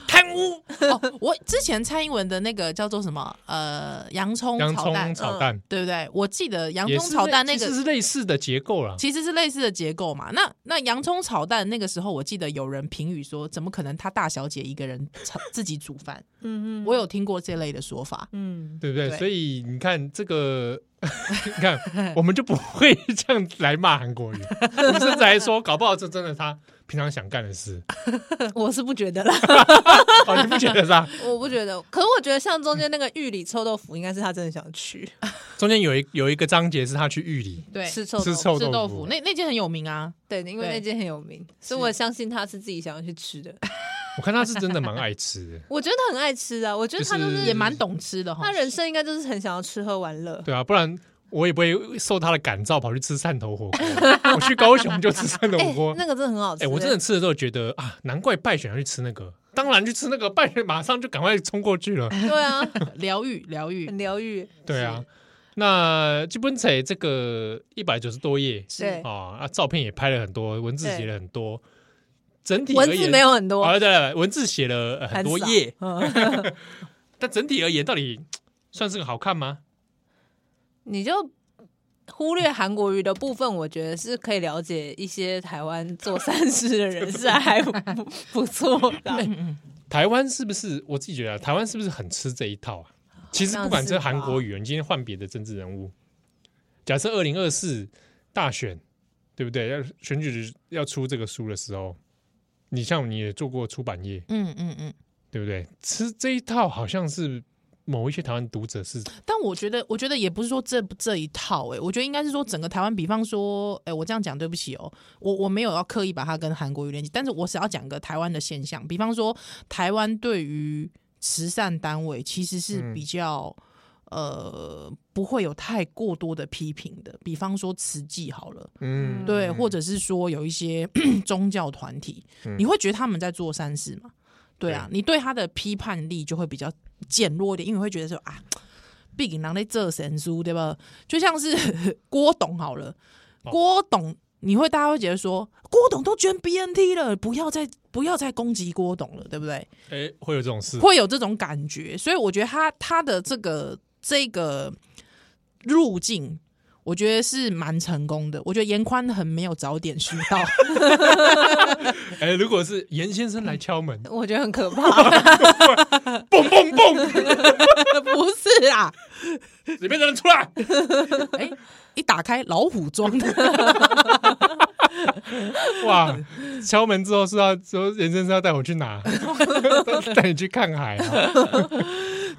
Speaker 2: 贪污
Speaker 3: 哦，我之前蔡英文的那个叫做什么呃洋葱
Speaker 2: 洋
Speaker 3: 炒蛋
Speaker 2: 葱，炒蛋。
Speaker 3: 对不对？我记得洋
Speaker 2: 也
Speaker 3: 葱
Speaker 2: 是
Speaker 3: 炒蛋
Speaker 2: 类
Speaker 3: 那
Speaker 2: 其实
Speaker 3: 个
Speaker 2: 是类似的结构啦，
Speaker 3: 其实是类似的结构嘛。那那洋葱炒蛋那个时候，我记得有人评语说，怎么可能他大小姐一个人炒自己煮饭？
Speaker 4: 嗯嗯
Speaker 3: 我有听过这类的说法。
Speaker 4: 嗯，
Speaker 2: 对不对？
Speaker 3: 对
Speaker 2: 所以你看这个， <laughs> 你看我们就不会这样来骂韩国瑜，我们甚至还说，搞不好这真的他平常想干的事。
Speaker 4: 我是不觉得啦，
Speaker 2: 哦，你不觉得啥？
Speaker 4: 我不觉得。可是我觉得像中间那个玉里臭豆腐，应该是他真的想去
Speaker 2: 中间有一有一个章节是他去玉里
Speaker 3: 对，吃
Speaker 4: 吃臭豆
Speaker 2: 吃
Speaker 4: 腐。
Speaker 2: 臭
Speaker 3: 豆
Speaker 2: 豆
Speaker 3: 腐那那间很有名啊。
Speaker 4: 对，因为
Speaker 3: 对
Speaker 4: 那间很有名，所以我相信他是自己想要去吃的。
Speaker 2: 我看他是真的蛮爱吃的，
Speaker 4: 我觉得他很爱吃啊，我觉得他就
Speaker 2: 就是
Speaker 4: 是
Speaker 3: 也蛮懂吃的哈
Speaker 4: 他，人生应该就是很想要吃喝玩乐。
Speaker 2: 对啊，不然我也不会受他的感召跑去吃汕头火锅。我去高雄就吃汕头火
Speaker 4: 哎，
Speaker 2: 锅，
Speaker 4: 那个真的很好吃。欸
Speaker 2: 哎，我真的吃了之后觉得啊，难怪败选要去吃那个，当然去吃那个，败选马上就赶快冲过去了。
Speaker 4: 对啊，
Speaker 3: 疗愈疗愈
Speaker 4: 很疗愈。
Speaker 2: 对啊，那基本才这个一百九十多页
Speaker 4: 对，
Speaker 2: 啊，啊，照片也拍了很多，文字写了很多，整体而
Speaker 4: 文
Speaker 2: 言
Speaker 4: 字没有很多，
Speaker 2: 啊，对对对文字写了呃很
Speaker 4: 很
Speaker 2: 多
Speaker 4: 少
Speaker 2: 页，
Speaker 4: 嗯
Speaker 2: <laughs> 但整体而言，到底算是个好看吗？
Speaker 4: 你就。忽略韩国语的部分，我觉得是可以了解一些台湾做善事的人是还不不错
Speaker 3: <laughs>
Speaker 4: 的。
Speaker 2: 台湾是不是？我自己觉得啊、台湾是不是很吃这一套啊？其实不管是韩国语，你今天换别的政治人物，假设二零二四大选，对不对？要选举日要出这个书的时候，你像你也做过出版业，
Speaker 3: 嗯嗯嗯。
Speaker 2: 对不对？吃这一套好像是某一些台湾读者是
Speaker 3: 但我觉得，我觉得也不是说这这一套、欸，我觉得应该是说整个台湾，比方说，哎、我这样讲对不起哦、我我没有要刻意把它跟韩国语联系，但是我是要讲个台湾的现象，比方说台湾对于慈善单位其实是比较、呃不会有太过多的批评的，比方说慈济好了，
Speaker 2: 嗯
Speaker 3: 对，或者是说有一些 <coughs> 宗教团体，你会觉得他们在做善事吗？对啊，你对他的批判力就会比较减弱一点，因为会觉得说啊，毕竟人类这神书对吧？就像是 <laughs> 郭董好了，郭董。你会，大家会觉得说，郭董都捐 BNT 了，不要再不要再攻击郭董了，对不对？
Speaker 2: 哎会有这种事，
Speaker 3: 会有这种感觉，所以我觉得他他的这个这个路径，我觉得是蛮成功的。我觉得严宽很没有早点虚到，
Speaker 2: 哎，如果是严先生来敲门，
Speaker 4: 我觉得很
Speaker 3: <laughs>
Speaker 4: 可怕，
Speaker 2: 蹦蹦
Speaker 4: <laughs>
Speaker 2: 蹦，
Speaker 3: 不是啊？
Speaker 2: 里面的人出来，
Speaker 3: 哎、一打开老虎装的，
Speaker 2: 哇！敲门之后是要说严先生要带我去哪？带你去看海啊？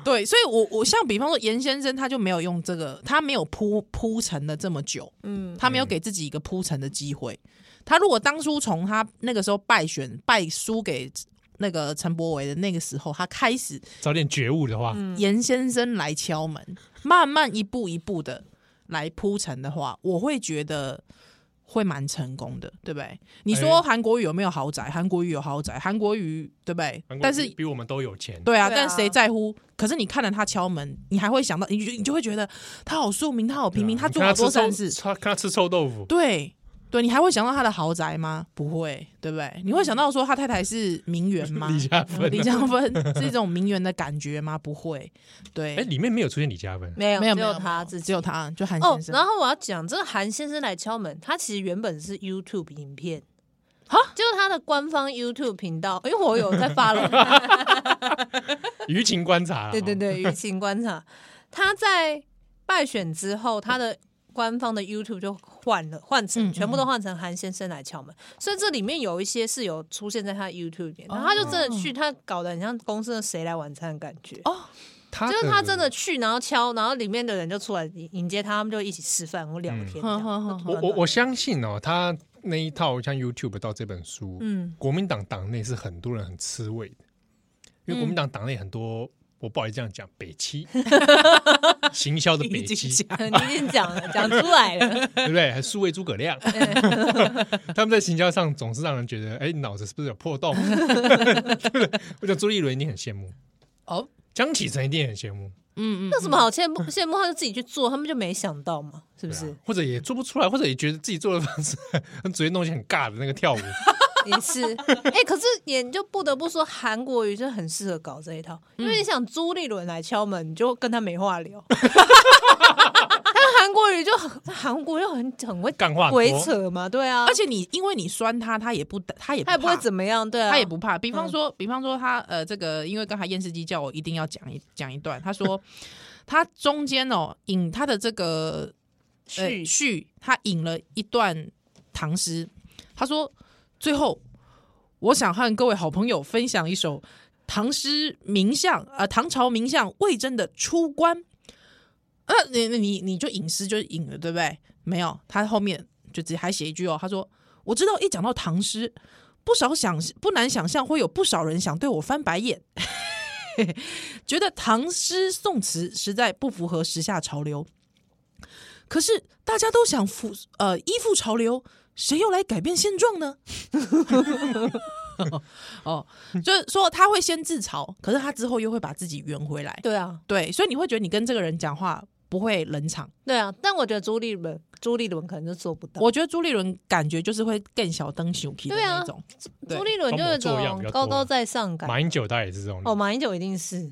Speaker 3: 对，所以我我像比方说严先生，他就没有用这个，他没有铺铺陈的这么久，嗯，他没有给自己一个铺陈的机会。他如果当初从他那个时候败选败输给那个陈柏维的那个时候，他开始
Speaker 2: 早点觉悟的话，
Speaker 3: 严先生来敲门，慢慢一步一步的来铺陈的话，我会觉得会蛮成功的，对不对？你说
Speaker 2: 哎
Speaker 3: 韩国瑜有没有豪宅？韩国瑜有豪宅，韩国瑜对不对
Speaker 2: 韩？国
Speaker 3: 但是
Speaker 2: 比比我们都有钱，
Speaker 3: 对啊，
Speaker 4: 对
Speaker 3: 但
Speaker 4: 啊
Speaker 3: 谁在乎？可是你看了他敲门，你还会想到，你就你就会觉得他好庶民，他好
Speaker 2: 对
Speaker 3: 平
Speaker 2: 啊，
Speaker 3: 民，他
Speaker 2: 你
Speaker 3: 做
Speaker 2: 看
Speaker 3: 好
Speaker 2: 吃
Speaker 3: 多善
Speaker 2: 臭
Speaker 3: 事。
Speaker 2: 他看他吃臭豆腐，
Speaker 3: 对对，你还会想到他的豪宅吗？不会，对不对？你会想到说他太太是名媛
Speaker 2: <laughs>
Speaker 3: 吗？
Speaker 2: 李嘉芬啊
Speaker 3: 李嘉芬是一种名媛的感觉吗？不会，对，
Speaker 2: 哎，里面没有出现李嘉芬，
Speaker 4: 没有
Speaker 3: 没有
Speaker 4: 只
Speaker 3: 没
Speaker 4: 有
Speaker 3: 有
Speaker 4: 他自己
Speaker 3: 只有他，就韩
Speaker 4: 哦
Speaker 3: 先。生。
Speaker 4: 然后我要讲这个韩先生来敲门，他其实原本是 YouTube 影片。
Speaker 3: 哈
Speaker 4: 就是他的官方 YouTube 频道，因为我有在
Speaker 3: <laughs>
Speaker 4: 发了，
Speaker 2: 舆情观察啦，哦
Speaker 4: 对对对，舆情观察。他在败选之后，他的官方的 YouTube 就换了，换成、
Speaker 3: 嗯嗯
Speaker 4: 全部都换成韩先生来敲门，所以这里面有一些是有出现在他 YouTube 里面，然后他就真
Speaker 3: 哦
Speaker 4: 的去，他搞得很像公司的谁来晚餐的感觉。
Speaker 2: 他
Speaker 4: 就是他真的去，然后敲，然后里面的人就出来迎迎接他，他们就一起吃饭或聊天这样。
Speaker 3: 嗯哼哼哼
Speaker 2: 我我我相信哦，他那一套像 YouTube 到这本书，
Speaker 4: 嗯，
Speaker 2: 国民党党内是很多人很吃味的，因为国民党党内很多，我不好意思这样讲，北七行销的北
Speaker 3: 已经
Speaker 2: 七，
Speaker 3: 讲 <laughs>
Speaker 4: <laughs> 你已经讲了，讲出来了。
Speaker 2: 对不对？还数位诸葛亮，他们在行销上总是让人觉得，哎，脑子是不是有破洞？我讲朱立伦一定很羡慕，
Speaker 3: 哦，
Speaker 2: 江启臣一定很羡慕，
Speaker 3: 嗯嗯，
Speaker 4: <laughs> 那有什么好羡慕？羡慕他就自己去做，他们就没想到嘛，是
Speaker 2: 对
Speaker 4: 不
Speaker 2: 啊
Speaker 4: 是？
Speaker 2: 或者也做不出来，或者也觉得自己做的方式， <laughs> 直接弄一些很尬的那个跳舞。
Speaker 4: 也是，哎、可是也就不得不说，韩国瑜就很适合搞这一套，因
Speaker 2: 嗯
Speaker 4: 为你想朱立伦来敲门，你就跟他没话聊。 <laughs> 但韩国瑜就很，韩国又很很会
Speaker 2: 干话多
Speaker 4: 鬼扯嘛，对啊，
Speaker 3: 而且你因为你酸他，他也不他也
Speaker 4: 他也不会
Speaker 3: 怕
Speaker 4: 怎么样，对啊，
Speaker 3: 他也不怕。比方说，比方说他呃，这个因为刚才验尸机叫我一定要讲一讲一段，他 <laughs> 说他中间哦引他的这个呃
Speaker 4: 去
Speaker 3: 序，他引了一段唐诗，他说最后我想和各位好朋友分享一首唐诗名相呃唐朝名相魏征的《出关》。呃那你你你你就隐私就隐了，对不对？没有，他后面就直接还写一句哦，他说：“我知道一讲到唐诗，不少想不难想象会有不少人想对我翻白眼， <laughs> 觉得唐诗宋词实在不符合时下潮流。可是大家都想服呃依附潮流，谁又来改变现状呢？ <laughs> 哦，就是说他会先自嘲，可是他之后又会把自己圆回来。
Speaker 4: 对啊，
Speaker 3: 对，所以你会觉得你跟这个人讲话不会冷场。
Speaker 4: 对啊。但我觉得朱立伦，朱立伦可能就做不到。
Speaker 3: 我觉得朱立伦感觉就是会更小灯小气的
Speaker 4: 对啊
Speaker 3: 那种。对
Speaker 4: 朱立伦就有
Speaker 2: 装模作样
Speaker 4: 种
Speaker 2: 比较多
Speaker 4: 高高在上感。
Speaker 2: 马英九他也是这种人
Speaker 4: 哦，，马英九一定是，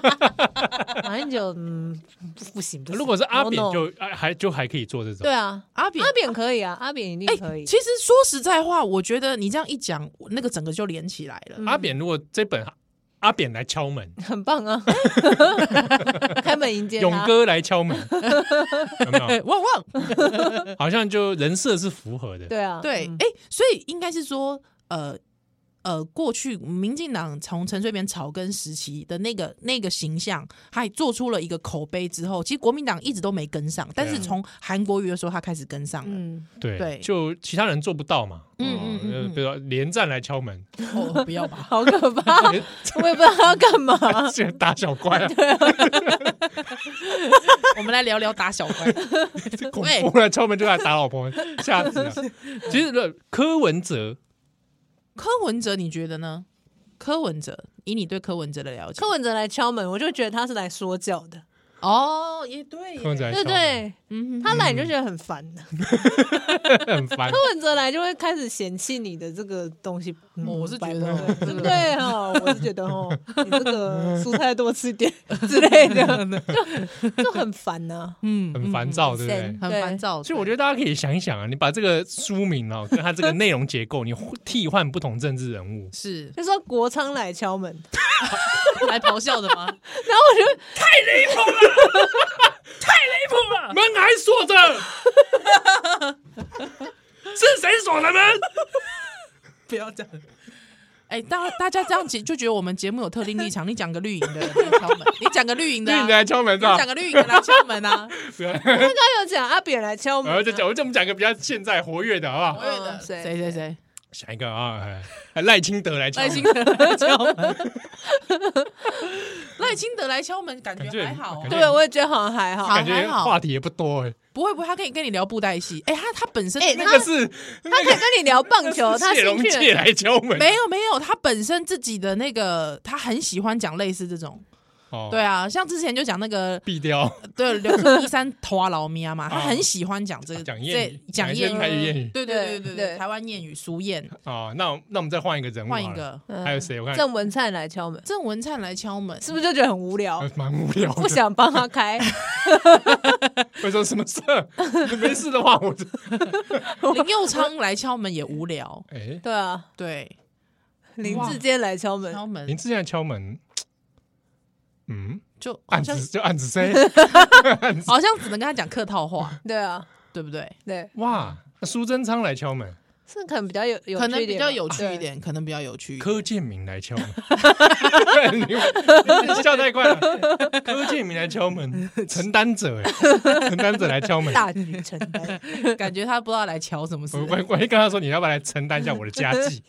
Speaker 4: <laughs> 马英九嗯不不行不行。
Speaker 2: 如果是阿扁
Speaker 4: no, no
Speaker 2: 就啊还就还可以做这种
Speaker 4: 对，啊，
Speaker 3: 阿扁哎
Speaker 4: 阿扁可以啊，阿扁一
Speaker 2: 哎
Speaker 4: 定可以。
Speaker 3: 其实说实在话，我觉得你这样一讲，我那个整个就连起来了。
Speaker 2: 阿扁如果这本阿扁来敲门，
Speaker 4: 很棒
Speaker 3: <laughs>
Speaker 4: 啊！开门迎接他
Speaker 2: 勇，哥来敲门，有没
Speaker 3: 哎、
Speaker 2: 有？
Speaker 3: 旺旺，
Speaker 2: 好像就人设是符合的。
Speaker 4: 对啊，
Speaker 3: 对，哎、
Speaker 4: 嗯
Speaker 3: 所以应该是说，呃呃，过去民进党从陈水扁草根时期的那个那个形象，还做出了一个口碑之后，其实国民党一直都没跟上，但是从韩国瑜的时候，他开始跟上了。
Speaker 4: 嗯，
Speaker 2: 对
Speaker 3: 对
Speaker 2: 就其他人做不到嘛。
Speaker 3: 嗯
Speaker 2: 哦
Speaker 3: 嗯嗯
Speaker 2: 呃
Speaker 3: 嗯
Speaker 2: 比如说连战来敲门，
Speaker 3: 哦，不要吧，
Speaker 4: 好可怕， <laughs> 我也
Speaker 2: <laughs>
Speaker 4: 不知道他要干嘛。
Speaker 2: 现在打小怪啊，
Speaker 3: <laughs> 我们来聊聊打小怪。
Speaker 2: 这恐怖了，敲门就来打老婆，吓死了。其实呃柯文哲
Speaker 3: 柯文哲，你觉得呢？柯文哲，以你对柯文哲的了解，
Speaker 4: 柯文哲来敲门，我就觉得他是来说教的，
Speaker 3: 哦，也对耶，
Speaker 2: 柯文哲来
Speaker 4: 对
Speaker 2: 敲
Speaker 4: 不
Speaker 2: 门，
Speaker 4: 对？
Speaker 3: 嗯哼，嗯
Speaker 4: 他来你就觉得很烦的，
Speaker 2: 很烦。
Speaker 4: 柯文哲来就会开始嫌弃你的这个东西。嗯
Speaker 3: 哦我是觉得
Speaker 4: 摆不对对不对？哦，我是觉
Speaker 3: <laughs>
Speaker 4: 得哦，你这个蔬菜多吃点之类的，就就很烦啊呐。
Speaker 3: 嗯
Speaker 2: 很烦躁，对不对
Speaker 4: 神？
Speaker 3: 很
Speaker 4: 对
Speaker 3: 烦躁。
Speaker 2: 所以我
Speaker 3: 对
Speaker 2: 觉得大家可以想一想啊，你把这个书名哦，跟它这个内容结构，你替换不同政治人物，
Speaker 3: 是
Speaker 4: 就说国昌来敲门，
Speaker 3: 来咆哮的吗？ <laughs>
Speaker 4: 然后我就
Speaker 2: 门还锁着，是谁锁的门？
Speaker 3: 不要这样。哎，大大家这样子就觉得我们节目有特定立场。你讲个绿营的人来敲门， <laughs> 你讲个绿营的
Speaker 2: 对，
Speaker 3: 啊，
Speaker 2: 你来敲门
Speaker 3: 你
Speaker 2: 是吧
Speaker 3: 讲？个绿营的来敲门 <laughs> 啊。
Speaker 4: 刚刚有讲阿扁来敲门
Speaker 2: 然
Speaker 4: 啊，
Speaker 2: 后就讲，我就我们讲个比较现在活跃的好不好？
Speaker 3: 我哎
Speaker 4: 嗯
Speaker 3: 谁谁谁？
Speaker 2: 想一个啊，哎哎赖清德来敲
Speaker 3: 赖
Speaker 2: 门，
Speaker 3: 清德来敲门，赖清德来敲门，感
Speaker 2: 感
Speaker 3: 觉
Speaker 2: 觉
Speaker 3: 还好哦
Speaker 2: <laughs> 感。觉
Speaker 4: 对，我也觉得好像还好。
Speaker 2: 感
Speaker 3: 还
Speaker 2: 觉
Speaker 3: 好
Speaker 2: 话题也不多哎。
Speaker 3: 不会不会，他可以跟你聊布袋戏。哎、他他本身
Speaker 4: 哎
Speaker 3: 那
Speaker 2: 那个是
Speaker 4: 他可以跟你聊棒
Speaker 2: <laughs>
Speaker 4: 球，他
Speaker 2: 谢
Speaker 4: 兴
Speaker 2: 龙
Speaker 4: 趣
Speaker 2: 介
Speaker 4: 很
Speaker 2: 来敲门，
Speaker 3: 没有没有，他本身自己的那个，他很喜欢讲类似这种。
Speaker 2: 哦
Speaker 3: 对啊，像之前就讲那个
Speaker 2: 毙掉
Speaker 3: <laughs> 对刘叔一山头啊老咪啊嘛，他
Speaker 2: 啊
Speaker 3: 很喜欢讲这个
Speaker 2: 讲谚
Speaker 3: 这
Speaker 2: 语，
Speaker 3: 讲
Speaker 2: 一些
Speaker 3: 谚
Speaker 2: 台
Speaker 3: 语。
Speaker 2: 语谚语
Speaker 3: 对对对对对，
Speaker 4: 对
Speaker 3: 台湾谚语俗谚，
Speaker 2: 啊。那我那我们再换一个人物，
Speaker 3: 换一，个
Speaker 4: 嗯
Speaker 2: 还有谁？我看
Speaker 4: 郑文灿来敲门，
Speaker 3: 郑文灿来敲门，
Speaker 4: 是不是就觉得很无聊
Speaker 2: 呃？蛮无聊的，
Speaker 4: <laughs> 不想帮
Speaker 2: <laughs>
Speaker 4: 他开，
Speaker 2: 会说什么事 <laughs> 儿？没事的话，我就
Speaker 3: 林佑昌来敲门也无聊，
Speaker 2: 哎，
Speaker 4: 对啊，
Speaker 3: <laughs> 对，
Speaker 4: 林
Speaker 3: 哇
Speaker 4: 志坚来敲门，
Speaker 3: 敲门
Speaker 2: 林志在敲门，嗯，
Speaker 3: 就好
Speaker 2: 暗
Speaker 3: 像
Speaker 2: 指就暗指谁？
Speaker 3: 好像只能跟他讲客套
Speaker 2: <laughs>
Speaker 3: 话，
Speaker 4: 对啊，
Speaker 3: 对不对？
Speaker 4: 对，
Speaker 2: 哇，那苏贞昌来敲门，
Speaker 4: 是可能比较有，有
Speaker 3: 可能
Speaker 4: 趣一
Speaker 3: 比
Speaker 4: 点
Speaker 3: 较
Speaker 4: 吧
Speaker 3: 有趣一，点，可能比较有趣一点。
Speaker 2: 柯建明来敲门，
Speaker 3: <laughs>
Speaker 2: 你你笑太快了。柯建明来敲
Speaker 3: <laughs>
Speaker 2: 门，承担者哎，承担者来敲门
Speaker 4: 对。大局承担。
Speaker 3: 感觉他不知道来瞧什么事
Speaker 2: 我。我我一跟他说，你要不要来承担一下我的家
Speaker 3: <laughs>
Speaker 2: 计？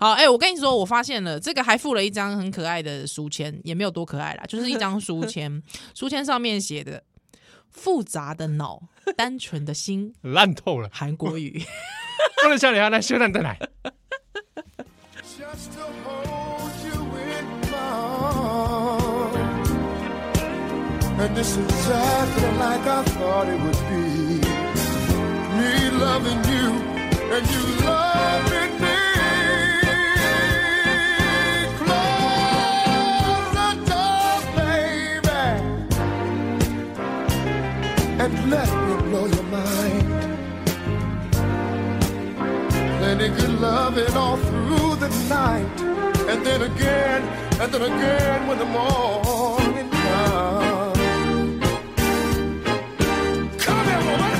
Speaker 3: 好，哎、我跟你说，我发现了，这个还附了一张很可爱的书签，也没有多可爱 <laughs> 啦，就是一张书签，书签上面写的“复杂的脑，单纯的心
Speaker 2: 烂透”，了，
Speaker 3: 韩国语。
Speaker 2: 不能笑脸，啊来修蛋蛋来。
Speaker 5: Just to hold you in my arms. And it's exactly like I thought it would be. Me loving you and you loving me. Close the door, baby. And let me blow your mind plenty good loving all through the night. And then again, and then again when the morning comes. Come here, woman!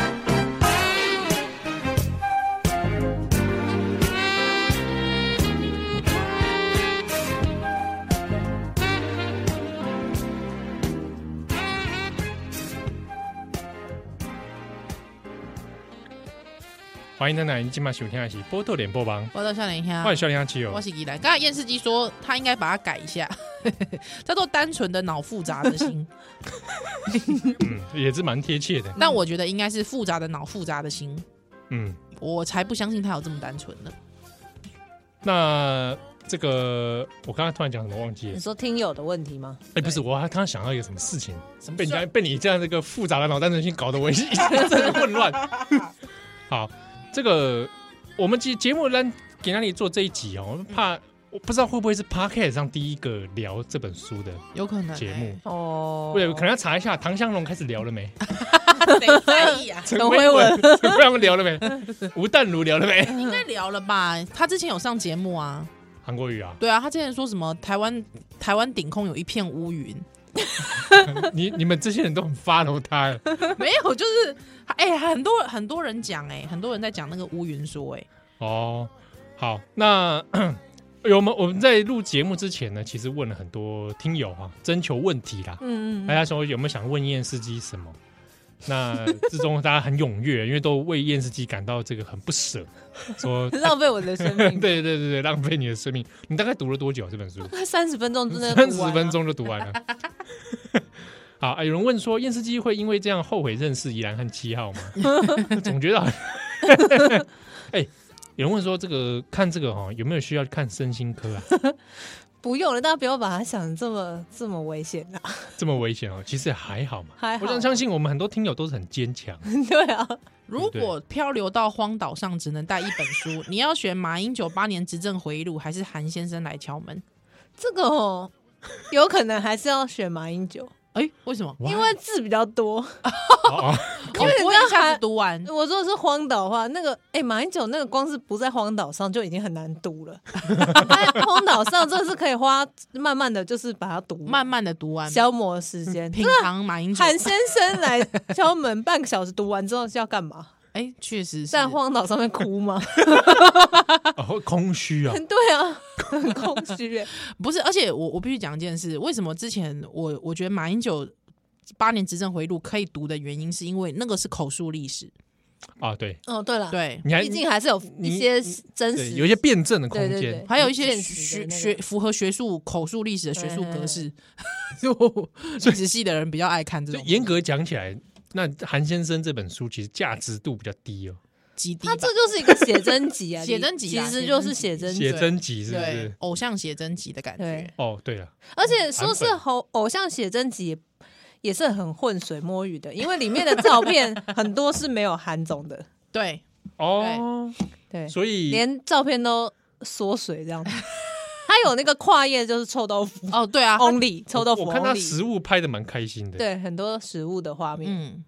Speaker 2: “欢迎蛋蛋，今晚收听的是《波多脸播帮》，
Speaker 3: 我到笑脸下
Speaker 2: 欢迎，笑脸哦七
Speaker 3: 啊我
Speaker 2: 友。
Speaker 3: 是怡兰。刚才验视机说他应该把它改一下， <laughs> 叫做“单纯的脑，复杂
Speaker 2: <laughs>
Speaker 3: 的心
Speaker 2: 嗯，也是蛮贴切的”，。
Speaker 3: 但我觉得应该是“复杂的脑，复杂的心
Speaker 2: 嗯，”。
Speaker 3: 我才不相信他有这么单纯呢。
Speaker 2: 那这个我刚刚突然讲什么忘记了
Speaker 4: 你？说听友的问题吗？
Speaker 2: 哎、不是，我还刚刚想到一个什么事情，
Speaker 3: 什么
Speaker 2: 被你这
Speaker 3: 事
Speaker 2: 样被你这样这个复杂的脑袋神经搞得我一 <laughs> 一阵混乱。好，这个我们节节目单给那里做这一集哦，我们怕我不知道会不会是 Podcast 上第一个聊这本书的
Speaker 3: 有可能
Speaker 2: 节目，
Speaker 4: 哦，
Speaker 2: 对，可能要查一下唐香龙开始聊了没，
Speaker 3: 哎谁在意
Speaker 2: <laughs>
Speaker 3: 啊？
Speaker 2: 陈
Speaker 4: 陈辉文、
Speaker 2: 陈辉他们聊了没，吴淡如聊了没， <laughs>
Speaker 3: 应该聊了吧？他之前有上节目啊。
Speaker 2: 韩国语啊，
Speaker 3: 对啊，他之前说什么台湾台湾顶空有一片乌云，
Speaker 2: 你你们这些人都很 follow 他哎，
Speaker 3: 没有，就是哎、很多很多人讲哎、很多人在讲那个乌云说哎、
Speaker 2: 哦，好，那 <coughs> 有我们我们在录节目之前呢，其实问了很多听友啊，征求问题啦。
Speaker 4: 嗯嗯
Speaker 2: 大家说有没有想问验视机什么？那之中大家很踊跃，因为都为验视机感到这个很不舍，说 <laughs>
Speaker 4: 嗯，浪费我的生
Speaker 2: 对
Speaker 4: 命，
Speaker 2: 对对对，浪费你的生命。你大概读了多久啊、这本书？
Speaker 4: 快三十分钟之内啊
Speaker 2: 三十分，钟就读完了。 <laughs> 好、啊，有人问说，验视机会因为这样后悔认识宜兰和七号吗？ <laughs> 总觉得好像， <laughs> 哎、有人问说，这个看这个哈、哦，有没有需要看身心科啊？ <laughs>
Speaker 4: 不用了，大家不要把它想得这么这么危险啊啦。
Speaker 2: 这么危险哦，其实还好嘛。
Speaker 4: 还好
Speaker 2: 我想相信我们很多听友都是很坚
Speaker 4: <laughs>
Speaker 2: 强。
Speaker 4: <laughs> 对啊，
Speaker 3: 如果漂流到荒岛上只能带一本书，你要选马英九八年执政回忆录，还是韩先生来敲门？
Speaker 4: 这个哦，有可能还是要选马英九，
Speaker 3: 哎、为什么？
Speaker 2: 哇
Speaker 4: 因为字比较多。
Speaker 2: 哦哦
Speaker 3: 因为
Speaker 4: 你
Speaker 3: 不会
Speaker 4: 知道
Speaker 3: 一下
Speaker 4: 韩
Speaker 3: 子读完，
Speaker 4: 我说的是荒岛的话，那个哎、马英九那个光是不在荒岛上就已经很难读了， <laughs> 在荒岛上真的是可以花慢慢的就是把它读完，
Speaker 3: 慢嗯慢的读完。
Speaker 4: 消磨时间。
Speaker 3: 品尝马英九，
Speaker 4: 韩先生来敲门 <laughs> 半个小时，读完之后是要干嘛？
Speaker 3: 哎，确实是
Speaker 4: 在荒岛上面哭吗？ <laughs>
Speaker 2: 哦，会空虚啊、
Speaker 4: 对啊， <laughs> 很空虚耶。
Speaker 3: 不是，而且我我必须讲一件事，为什么之前我我觉得马英九八年执政回忆录可以读的原因，是因为那个是口述历史，
Speaker 2: 啊，对，
Speaker 4: 哦，对了，
Speaker 3: 对，
Speaker 2: 你还
Speaker 4: 毕竟还是有一些真
Speaker 2: 对
Speaker 4: 实，
Speaker 2: 有一些辩证的空
Speaker 4: 对对
Speaker 2: 间
Speaker 4: 对，
Speaker 3: 还有一些
Speaker 4: 现实
Speaker 3: 学
Speaker 4: 的那个
Speaker 3: 学符合学术口述历史的学术格式， <laughs> 就历史系的人比较爱看这
Speaker 2: 所
Speaker 3: 种
Speaker 2: 以严格讲起来，那韩先生这本书其实价值度比较低哦，
Speaker 3: 基地
Speaker 4: 他
Speaker 3: 吧，
Speaker 4: 这就是一个写真集啊，
Speaker 3: 写真集
Speaker 4: 其
Speaker 3: 啊
Speaker 4: 实就是写真集
Speaker 2: 写。真集是不
Speaker 3: 对
Speaker 2: 是？
Speaker 3: 偶像写真集的感觉
Speaker 4: 对，
Speaker 2: 哦，对了，
Speaker 4: 而且说是
Speaker 2: 版
Speaker 4: 偶偶像写真集，也是很浑水摸鱼的，因为里面的照片很多是没有韩总的，
Speaker 3: 对，
Speaker 2: 哦，
Speaker 4: 对，
Speaker 2: 所以
Speaker 4: 连照片都缩水这样子。 <laughs> 他有那个跨页就是臭豆腐
Speaker 3: 哦对啊，他
Speaker 4: only 臭豆腐
Speaker 2: 我看他
Speaker 4: only，
Speaker 2: 实物拍的蛮开心的，
Speaker 4: 对，很多食物的画面。
Speaker 3: 嗯，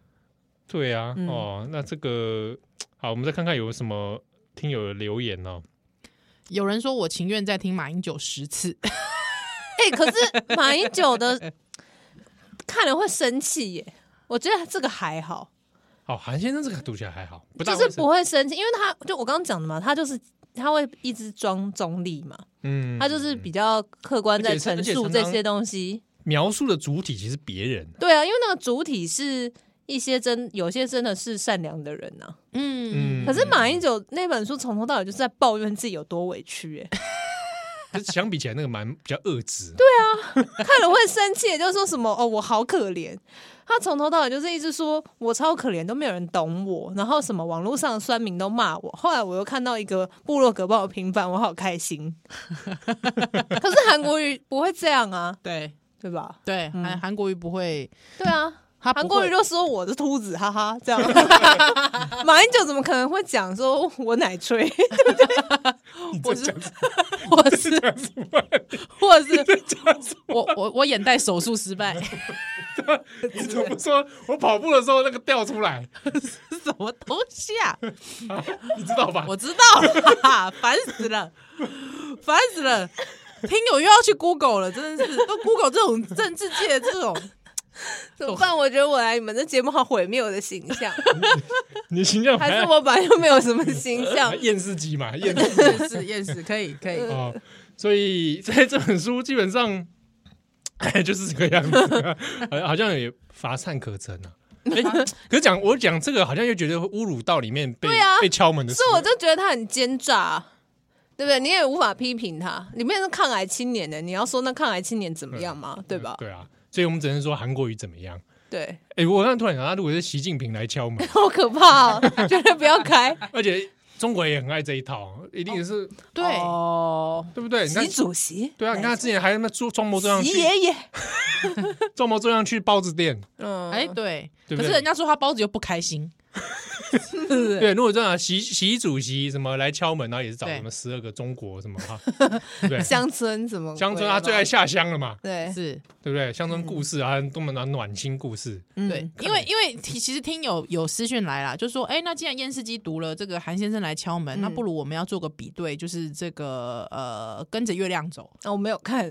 Speaker 2: 对啊，
Speaker 4: 嗯
Speaker 2: 哦，那这个好，我们再看看有什么听友的留言哦。
Speaker 3: 有人说我情愿再听马英九十次，
Speaker 4: 哎，
Speaker 2: <laughs>
Speaker 4: 可是马英九的看了会生气耶，我觉得这个还好。
Speaker 2: 好，哦韩先生这个读起来还好，不大
Speaker 4: 就是
Speaker 2: 会
Speaker 4: 不会生气，因为他就我刚刚讲的嘛，他就是他会一直装中立嘛，
Speaker 2: 嗯
Speaker 4: 他就是比较客观在陈述这些东西。
Speaker 2: 描述的主体其实别人，
Speaker 4: 对啊，因为那个主体是一些真有些真的是善良的人呐、
Speaker 3: 嗯，
Speaker 4: 可是马英九那本书从头到尾就是在抱怨自己有多委屈、欸，
Speaker 2: 可是相比起来那个蛮比较恶质。对啊，
Speaker 4: <laughs> 看了会生气，就说什么哦我好可怜。他从头到尾就是一直说我超可怜，都没有人懂我，然后什么网络上酸民都骂我。后来我又看到一个部落格帮我平反，我好开心。 <laughs> 可是韩国瑜不会这样啊，
Speaker 3: <laughs> 对
Speaker 4: 对吧？
Speaker 3: 对，韩韩国瑜不会，
Speaker 4: 对啊，
Speaker 3: 他不会
Speaker 4: 韩国瑜就说我是秃子，哈哈， <laughs> 这样。马英九怎么可能会
Speaker 3: <laughs>
Speaker 4: 讲说我奶 <laughs> 吹？
Speaker 3: 我是 <laughs> 我是我是 <laughs> 我我我眼袋手术失败，
Speaker 2: 你怎么说？我跑步的时候那个掉出来，
Speaker 3: <laughs> 什么东西啊？
Speaker 2: 你知道吧？
Speaker 3: 我知道了，哈哈烦死了，烦死了！听友又要去 Google 了，真的是都 Google 这种政治界的这种，
Speaker 4: 怎么办？我觉得我来你们这节目好毁灭我的形
Speaker 3: <laughs>
Speaker 4: 象，
Speaker 2: 你的形象
Speaker 4: 还是
Speaker 2: 还
Speaker 4: 我本来就没有什么形
Speaker 3: <laughs>
Speaker 4: 象
Speaker 2: 还？验尸机嘛，验尸
Speaker 3: 也 <laughs> 是也是可以可以，
Speaker 2: 哦。所以 <laughs> 在这本书基本上， <laughs> 哎，就是这个样子， <laughs> 好好像也乏善可陈
Speaker 4: <laughs>
Speaker 2: 啊。哎，可是讲我讲这个，好像又觉得会侮辱到里面被
Speaker 4: 对啊
Speaker 2: 被敲门的，
Speaker 4: 所以我就觉得他很奸诈、啊对不对？你也无法批评他，里面是抗癌青年的，你要说那抗癌青年怎么样嘛，对吧？
Speaker 2: 对啊，所以我们只能说韩国瑜怎么样。
Speaker 4: 对，
Speaker 2: 哎，我刚刚突然想到，如果是习近平来敲
Speaker 4: <laughs>
Speaker 2: 门，
Speaker 4: 好可怕、哦，绝对不要开
Speaker 2: 而且中国也很爱这一套，一定是
Speaker 3: <laughs> 对，
Speaker 4: 哦。
Speaker 2: 对不对？你看
Speaker 4: 习，主席，
Speaker 2: 对啊，你看他之前还他妈装装模作样
Speaker 4: 习
Speaker 2: 去
Speaker 4: 爷爷，
Speaker 2: 装模作样去包子店，
Speaker 4: 嗯，
Speaker 3: 哎对，
Speaker 2: 对不对
Speaker 3: 可是人家说他包子又不开心，
Speaker 2: 对，如果这样，习习主席什么来敲门，然后也是找
Speaker 3: 对
Speaker 2: 什么十二个中国什么
Speaker 4: <laughs>
Speaker 2: 哈，对不对？
Speaker 4: 乡村怎么？啊
Speaker 2: 乡村啊他最爱下乡了嘛，
Speaker 4: 对
Speaker 3: 是
Speaker 2: 对不对？乡村故
Speaker 4: 嗯
Speaker 2: 事啊，多么暖暖心故事，
Speaker 3: 对，因为因为其其实听友有私讯来啦，就说，哎，那既然验尸机读了这个韩先生来敲门，那不如我们要做个比对，就是这个呃跟着月亮走，
Speaker 4: 啊我没有
Speaker 3: <laughs>
Speaker 4: 看，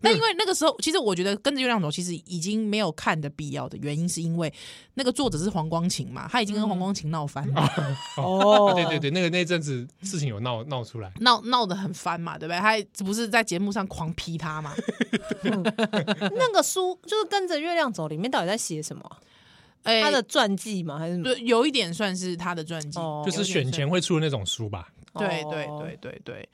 Speaker 3: 但因为那个时候，其实我觉得跟着月亮走其实已经没有看的必要的原因，是因为那个作者是黄光琴嘛，他已经跟黄光琴闹翻了，
Speaker 4: 哦
Speaker 2: 啊对对对，那个那阵子事情有闹闹出来，
Speaker 3: 闹闹得很翻嘛，对不对？他不是在节目上狂批他嘛？
Speaker 4: 那个书就是跟着月亮走，里面到底在写什么啊？
Speaker 3: 哎、
Speaker 4: 他的传记吗？还是什么？
Speaker 3: 对，有一点算是他的传记，
Speaker 4: 哦
Speaker 2: 就是选前会出的那种书吧？
Speaker 3: 对
Speaker 4: 哦
Speaker 3: 对对对对。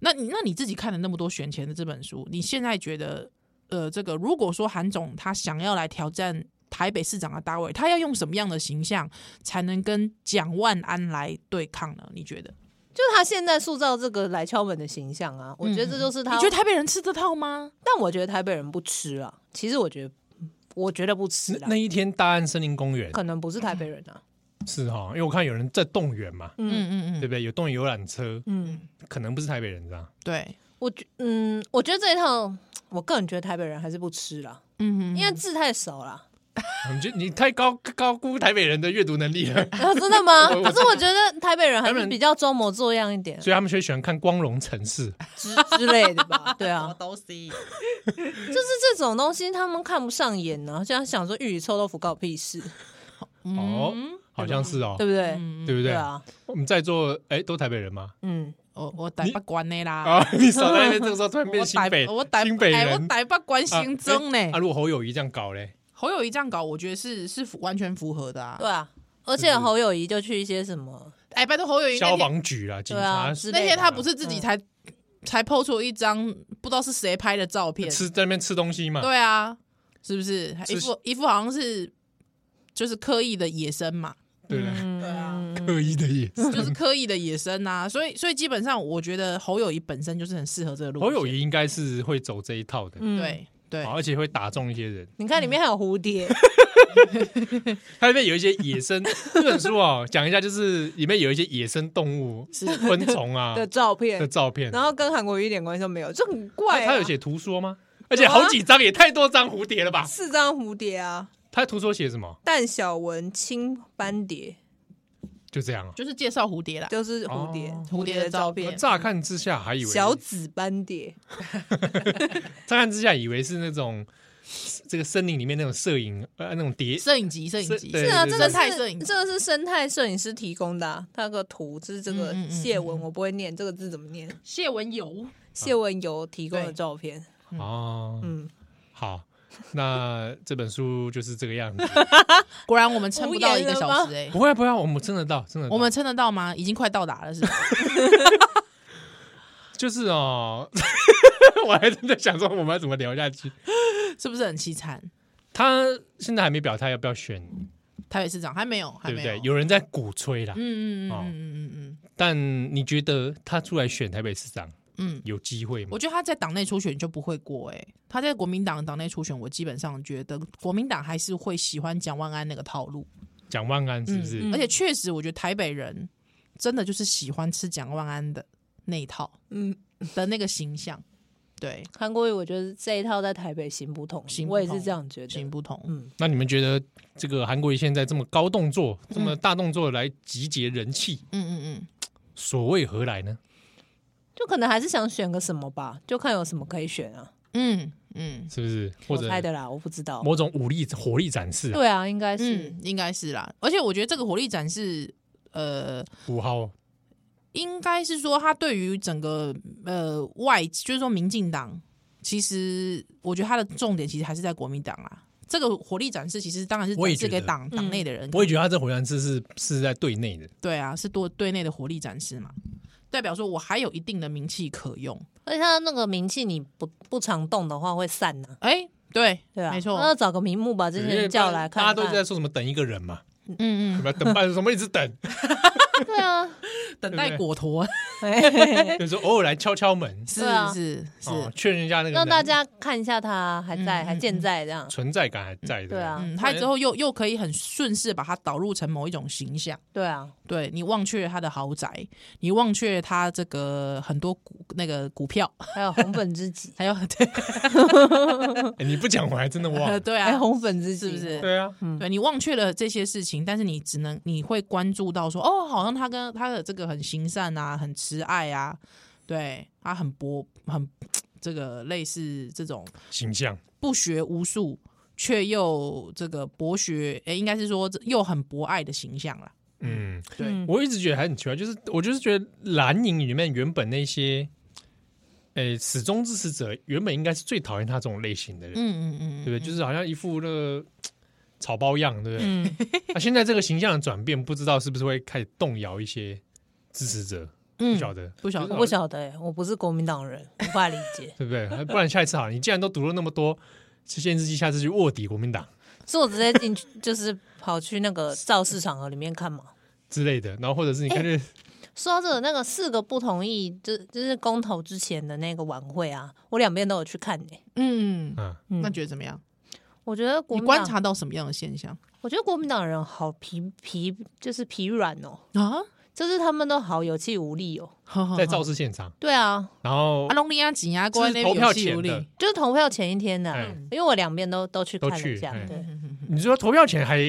Speaker 3: 那你那你自己看了那么多选前的这本书，你现在觉得，呃，这个如果说韩总他想要来挑战台北市长的大位，他要用什么样的形象才能跟蒋万安来对抗呢？你觉得？
Speaker 4: 就是他现在塑造这个来敲门的形象啊，我觉得这就是他。
Speaker 3: 嗯你觉得台北人吃得到吗？
Speaker 4: 但我觉得台北人不吃啊，其实我觉得，我觉得不吃
Speaker 2: 那
Speaker 4: 啦
Speaker 2: 那，一天大安森林公园
Speaker 4: 可能不是台北人啊。
Speaker 2: 是哈，因为我看有人在动员嘛，
Speaker 4: 嗯，
Speaker 3: 嗯
Speaker 2: 对不对？有动游览车，
Speaker 4: 嗯，
Speaker 2: 可能不是台北人这样，
Speaker 3: 对，
Speaker 4: 我觉嗯，我觉得这一套，我个人觉得台北人还是不吃啦，
Speaker 3: 嗯
Speaker 4: 因为字太少啦。
Speaker 2: 你觉得你太高高估台北人的阅读能力
Speaker 4: <laughs>
Speaker 2: 了，
Speaker 4: 啊，真
Speaker 2: <laughs>
Speaker 4: 的吗？
Speaker 2: 我我
Speaker 4: 可是我觉得台北人还
Speaker 2: 台北
Speaker 4: 是
Speaker 2: 人
Speaker 4: 比较装模作样一点
Speaker 2: 所以他们就喜欢看《光荣城市》。
Speaker 4: 之 <laughs> 之类的
Speaker 2: <laughs>
Speaker 4: 吧？对啊，
Speaker 3: 都行。
Speaker 4: 就是这种东西他们看不上眼呢、啊，就像想说玉里臭豆腐搞屁事，
Speaker 2: 哦，好像是哦，
Speaker 4: 嗯对不对？
Speaker 2: 对不对？
Speaker 4: 对啊，
Speaker 2: 我们在座哎，都台北人吗？
Speaker 4: 嗯，
Speaker 3: 我我台北关的啦，
Speaker 2: 啊，你少在那边这个时候突然变
Speaker 3: 我
Speaker 2: 新北，
Speaker 3: 台我台
Speaker 2: 新北
Speaker 3: 哎我
Speaker 2: 人。哎
Speaker 3: 台北关心中呢
Speaker 2: 啊，。如果侯友谊这样搞嘞，
Speaker 3: 侯友谊这样搞，我觉得是是符完全符合的啊。
Speaker 4: 对啊。而且侯友谊就去一些什么，
Speaker 3: 哎，拜托侯友宜那
Speaker 2: 消
Speaker 3: 天
Speaker 2: 防局啦、警
Speaker 4: 对啊
Speaker 2: 察
Speaker 4: 之
Speaker 3: 那
Speaker 4: 类
Speaker 3: 天
Speaker 4: 的
Speaker 3: 他不是自己才才抛出一张不知道是谁拍的照片，
Speaker 2: 吃在那边吃东西嘛，
Speaker 3: 对啊，是不是
Speaker 2: 吃
Speaker 3: 一副一副好像是就是刻意的野
Speaker 2: <laughs>
Speaker 3: 生嘛？
Speaker 2: 对啦，
Speaker 3: 对啊，
Speaker 2: 刻意的也是。
Speaker 3: 就是刻意的野生啊，所以所以基本上我觉得侯友谊本身就是很适合这个路线，
Speaker 2: 侯友谊应该是会走这一套的，
Speaker 4: 嗯，
Speaker 3: 对对
Speaker 2: 好而且会打中一些人。
Speaker 4: 你看里面还有蝴蝶，
Speaker 2: 它里面有一些野生这本书哦，讲一下就是里面有一些野生动物、昆虫啊
Speaker 4: 的照片
Speaker 2: 的，照片，
Speaker 4: 然后跟韩国瑜一点关系都没有，就很
Speaker 2: 它
Speaker 4: 怪、啊。
Speaker 2: 哎它有写图说吗？而且好几张，也太多张蝴蝶了吧？
Speaker 4: 四张蝴蝶啊，
Speaker 2: 它图说写什么？
Speaker 4: 淡小文、青斑蝶，
Speaker 2: 就这样啊。
Speaker 3: 就是介绍蝴蝶啦，
Speaker 4: 就是蝴蝶，
Speaker 2: 哦
Speaker 4: 蝴蝶的照
Speaker 3: 蝴蝶的
Speaker 4: 片
Speaker 3: 照，
Speaker 2: 乍看之下还以为
Speaker 4: 小紫斑蝶，
Speaker 2: 乍看之下以为是那种这个森林里面那种摄影呃那种蝶，
Speaker 3: 摄影集摄影
Speaker 2: 是
Speaker 3: 集，
Speaker 2: 对
Speaker 4: 是啊，
Speaker 2: 对
Speaker 4: 这
Speaker 2: 对
Speaker 4: 个
Speaker 3: 生态摄影
Speaker 4: 是这个是生态摄影师提供的、啊，他有个图就是这个
Speaker 3: 嗯嗯嗯
Speaker 4: 谢文，我不会念这个字怎么念，
Speaker 3: 谢文友，
Speaker 4: 谢文友提供的
Speaker 3: 对
Speaker 4: 照片，
Speaker 2: 哦，
Speaker 4: 嗯，
Speaker 2: 好，那这本书就是这个样子。 <laughs>
Speaker 3: 果然我们撑不到一个小时哎、
Speaker 2: 不会不会，啊我们真的到真的到，
Speaker 3: 我们撑得到吗？已经快到达了是吧？
Speaker 2: 就是哦， <laughs> 我还真的想说我们要怎么聊下去。
Speaker 3: 是不是很凄惨？
Speaker 2: 他现在还没表态要不要选，
Speaker 3: 台北市长还没有，还
Speaker 2: 对不
Speaker 3: 没
Speaker 2: 对？
Speaker 3: 有，
Speaker 2: 有人在鼓吹啦，
Speaker 3: 嗯嗯嗯
Speaker 2: 哦
Speaker 3: 嗯嗯嗯嗯。
Speaker 2: 但你觉得他出来选台北市长，
Speaker 3: 嗯
Speaker 2: 有机会吗
Speaker 3: 我？觉得他在党内初选就不会过哎、他在国民党的党内初选，我基本上觉得国民党还是会喜欢蒋万安那个套路，
Speaker 2: 蒋万安是不是？
Speaker 3: 而且确实，我觉得台北人真的就是喜欢吃蒋万安的那一套，
Speaker 4: 嗯
Speaker 3: 嗯的那个形象，对，
Speaker 4: 韩国瑜我觉得这一套在台北行不通，
Speaker 3: 行不
Speaker 4: 我也是
Speaker 3: 通
Speaker 4: 这样觉得，
Speaker 3: 行不同，
Speaker 4: 嗯
Speaker 2: 那你们觉得这个韩国瑜现在这么高动作、这么大动作来集结人气，
Speaker 3: 嗯嗯
Speaker 2: 所谓何来呢？
Speaker 4: 就可能还是想选个什么吧，就看有什么可以选啊。
Speaker 3: 嗯嗯
Speaker 2: 是不是？或
Speaker 4: 我
Speaker 2: 者
Speaker 4: 猜的啦，我不知道。
Speaker 2: 某种武力火力展示、啊？
Speaker 4: 对啊，应该
Speaker 3: 嗯
Speaker 4: 是
Speaker 3: 嗯，应该是啦。而且我觉得这个火力展示，呃，
Speaker 2: 五号
Speaker 3: 应该是说他对于整个呃外，就是说民进党，其实我觉得他的重点其实还是在国民党啊。这个火力展示其实当然是
Speaker 2: 我也
Speaker 3: 展
Speaker 2: 觉
Speaker 3: 示
Speaker 2: 得嗯
Speaker 3: 给党党内的人看，
Speaker 2: 我也觉得他这火力展示是是在对内的，
Speaker 3: 对啊，是多对内的火力展示嘛，代表说我还有一定的名气可用。
Speaker 4: 而且他那个名气你不不常动的话会散呐、
Speaker 3: 哎、对
Speaker 4: 对啊，
Speaker 3: 没错
Speaker 4: 那，要找个名目把这
Speaker 2: 因
Speaker 4: 些
Speaker 2: 为
Speaker 4: 人叫来看
Speaker 2: 大家
Speaker 4: 看。
Speaker 2: 都在说什么等一个人嘛，
Speaker 3: 嗯
Speaker 2: 什
Speaker 3: 嗯，
Speaker 2: 么等半什么一直
Speaker 4: <laughs>
Speaker 2: 等，
Speaker 4: 对啊，
Speaker 3: 等待果陀
Speaker 4: 嘿嘿嘿
Speaker 2: 就是偶尔来敲敲门，
Speaker 3: 是
Speaker 4: 对啊
Speaker 3: 是是，
Speaker 2: 哦确认一下那个
Speaker 4: 让
Speaker 2: 人
Speaker 4: 大家看一下他还在、
Speaker 3: 嗯嗯
Speaker 4: 还健在这样。
Speaker 2: 存在感还在的。
Speaker 4: 对啊
Speaker 3: 嗯，他之后又又可以很顺势把它导入成某一种形象。
Speaker 4: 对啊，
Speaker 3: 对你忘却他的豪宅，你忘却他这个很多股那个股票，，
Speaker 4: 还有红粉知己
Speaker 3: 还有 <laughs> 对、。
Speaker 2: 哎你不讲我还真的忘
Speaker 4: <laughs>
Speaker 2: 了
Speaker 3: 对
Speaker 4: 还有
Speaker 3: 啊，
Speaker 4: 红粉知
Speaker 3: 是
Speaker 4: 己
Speaker 3: 不是？
Speaker 2: 对啊，
Speaker 3: 对你忘却了这些事情，但是你只能你会关注到说，哦，好像他跟他的这个很行善啊，很慈爱啊，对他很博很这个类似这种
Speaker 2: 形象
Speaker 3: 不学无术却又这个博学，诶，应该是说这又很博爱的形象啦。
Speaker 2: 嗯，
Speaker 3: 对
Speaker 4: 嗯
Speaker 2: 我一直觉得还很奇怪，就是我就是觉得蓝营里面原本那些，诶、始终支持者原本应该是最讨厌他这种类型的人，
Speaker 3: 嗯
Speaker 2: 对
Speaker 3: 嗯
Speaker 2: 不
Speaker 3: 嗯，
Speaker 2: 对？就是好像一副那个嘖草包样，对不对？
Speaker 3: 嗯
Speaker 2: 那、现在这个形象的转变，不知道是不是会开始动摇一些支持者，不
Speaker 3: 嗯
Speaker 2: 晓得，
Speaker 3: 不晓
Speaker 2: 就
Speaker 3: 得
Speaker 2: 是
Speaker 4: 我
Speaker 2: 好。
Speaker 4: 不晓得、欸，我不是国民党人，无法理解
Speaker 3: <laughs>
Speaker 2: 对不对？不然下一次好了，你既然都读了那么多。限制机下次去卧底国民党
Speaker 4: 所以我直接进去，就是跑去那个造势场合里面看嘛。
Speaker 2: 之类的，然后或者是
Speaker 3: 哎
Speaker 2: 你看这
Speaker 4: 说到这个，那个四个不同意，就就是公投之前的那个晚会啊，我两边都有去看呢、
Speaker 3: 嗯，
Speaker 2: 嗯，
Speaker 4: 嗯
Speaker 3: 那觉得怎么样？
Speaker 4: 我觉得国
Speaker 3: 你
Speaker 4: 民
Speaker 3: 观
Speaker 4: 党，
Speaker 3: 察到什么样的现象
Speaker 4: 我觉得国民党人好疲疲，就是疲软哦，
Speaker 3: 啊？
Speaker 4: 就是他们都好有气无力哦。
Speaker 3: <laughs>
Speaker 2: 在肇事现场，
Speaker 4: 对啊，
Speaker 2: 然后
Speaker 3: 阿隆利亚紧啊，
Speaker 2: 这
Speaker 3: 过来
Speaker 2: 是
Speaker 3: 那
Speaker 2: 投
Speaker 3: 边
Speaker 2: 票
Speaker 3: 有气
Speaker 2: 前
Speaker 3: 无
Speaker 2: 的
Speaker 3: 力，，
Speaker 4: 就是投票前一天呢、
Speaker 2: 哎
Speaker 3: 嗯
Speaker 4: 因为我两边都都去看
Speaker 2: 都
Speaker 4: 了
Speaker 2: 去
Speaker 4: 一下
Speaker 2: 哎，
Speaker 4: 对，
Speaker 2: 你说投票前还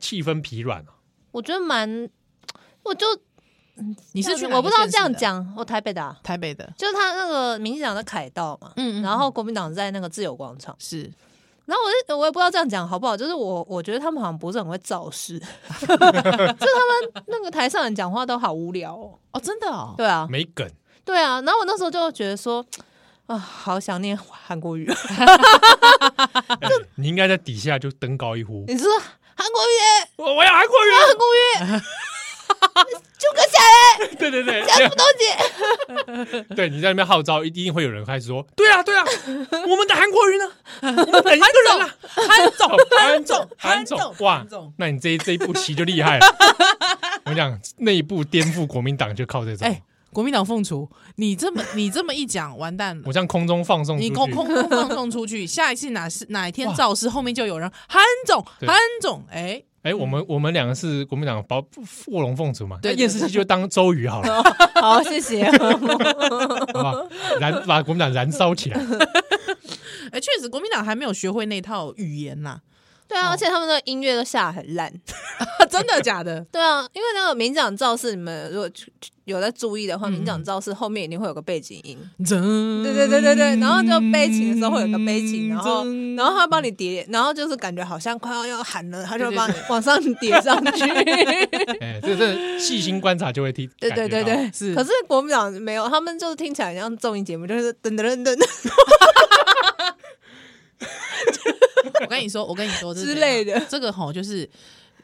Speaker 2: 气氛疲软哦
Speaker 4: 我觉得蛮，我就
Speaker 3: 你是去哪个
Speaker 4: 我不知道
Speaker 3: 县市
Speaker 4: 这样
Speaker 3: 的，
Speaker 4: 讲，我台北的、啊，
Speaker 3: 台北的，
Speaker 4: 就是他那个民进党在凯道嘛，
Speaker 3: 嗯嗯嗯
Speaker 4: 然后国民党在那个自由广场。
Speaker 3: 是
Speaker 4: 然后我就我也不知道这样讲好不好，就是我我觉得他们好像不是很会造势， <laughs> 就是他们那个台上人讲话都好无聊哦。
Speaker 3: 哦，真的哦，
Speaker 4: 对啊，
Speaker 2: 没梗，
Speaker 4: 对啊。然后我那时候就觉得说，啊，好想念韩国哦 <laughs> 语。
Speaker 3: 啊
Speaker 2: 哎你应该在底下就登高一呼，
Speaker 4: 你说韩国语
Speaker 2: 我我要韩国
Speaker 4: <laughs> 韩
Speaker 2: 语，
Speaker 4: 国 <laughs> 语，诸葛下来，
Speaker 2: 对对对，
Speaker 4: 江不东姐，
Speaker 3: <laughs>
Speaker 2: 对你在那边号召，一定会有人开始说，对啊对啊，我们的韩国语呢？我们等一个人啦，
Speaker 3: 韩总
Speaker 2: 哦，韩总，韩总，哇
Speaker 3: 韩总，
Speaker 2: 那你这一这一步棋就厉害了。我们讲内部颠覆国民党就靠这种，
Speaker 3: 哎，国民党凤雏，你这么你这么一讲，完蛋了
Speaker 2: 我。这样空中放送出
Speaker 3: 你
Speaker 2: 去，
Speaker 3: 空空空放送出去，下一次哪是哪一天
Speaker 2: 哇
Speaker 3: 造势，后面就有人韩总
Speaker 2: 对
Speaker 3: 韩总，哎，
Speaker 2: 哎，我们我们两个是国民党保卧龙凤雏嘛，
Speaker 3: 对
Speaker 2: 那
Speaker 3: 对
Speaker 2: 电视剧就当周瑜好
Speaker 3: <laughs>
Speaker 2: 了，
Speaker 4: <laughs> 好，谢谢。
Speaker 2: 好不好？燃把国民党燃烧起来，
Speaker 3: 哎，确实国民党还没有学会那套语言呐，
Speaker 4: 对啊，而且他们的音乐都下得很 <laughs> 烂。
Speaker 3: 真的假的？
Speaker 4: <laughs> 对啊，因为那个民长造势，你们如果去去有在注意的话，民长造势后面一定会有个背景音。嗯对
Speaker 3: 对
Speaker 4: 嗯对对对对，然后就悲情的时候会有个悲
Speaker 3: 嗯
Speaker 4: 情，然后然后他帮你叠，然后就是感觉好像快要要喊了，他就帮你往上 <laughs> 叠上去。
Speaker 2: 哎，这这细心观察就会听，
Speaker 4: 对对对
Speaker 2: 感觉到
Speaker 4: 对，
Speaker 3: 是
Speaker 4: 可是国民党没有，他们就是听起来很像综艺节目，就是噔噔噔噔
Speaker 3: 我跟你说，我跟你说这是
Speaker 4: 之
Speaker 3: 怎样
Speaker 4: 类的
Speaker 3: 这个吼就是。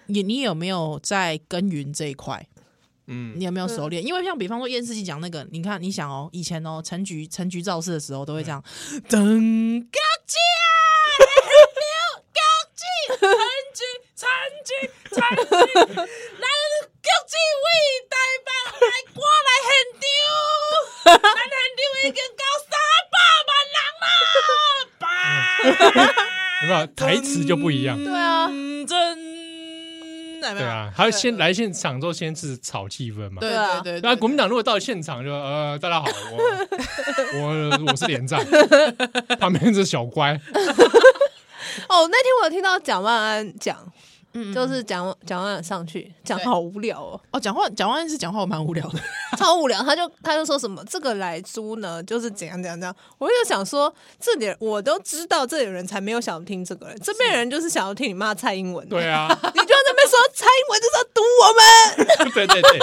Speaker 3: 你你有没有在耕耘这一块？
Speaker 2: 嗯
Speaker 3: 你有没有熟练？因为像比方说燕世纪讲那个，你看你想哦，以前哦陈局陈局造势的时候都会这样，等高级啊，高级，陈局陈局陈局，咱高级为台北来过来现场，咱现场已经到三百万人了，爸。
Speaker 2: 有没有台词就不一样？
Speaker 4: 对啊，
Speaker 3: 嗯，真来没
Speaker 2: 对
Speaker 3: 有？
Speaker 2: 啊，还有先来现场之后，先是炒气氛嘛。
Speaker 3: 对
Speaker 4: 对啊
Speaker 3: 对对
Speaker 2: 那
Speaker 3: 对，
Speaker 2: 国民党如果到现场就呃，大家好，我我我是连战，旁边是小乖，
Speaker 4: 哦，那天我有听到蒋万安讲，
Speaker 3: 嗯
Speaker 4: 就是蒋蒋万安上去讲
Speaker 3: 对
Speaker 4: 好无聊哦，
Speaker 3: 哦，讲话蒋万安是讲话我蛮无聊的，
Speaker 4: 超无聊。他就他就说什么这个来租呢，就是怎样怎样怎样。我就想说，这里我都知道，这里人才没有想要听这个人，这边人就是想要听你骂蔡英文。
Speaker 2: 对
Speaker 4: 你
Speaker 2: 啊，
Speaker 4: <laughs> 就在那边说蔡英文就是要毒我们，
Speaker 2: 对对对，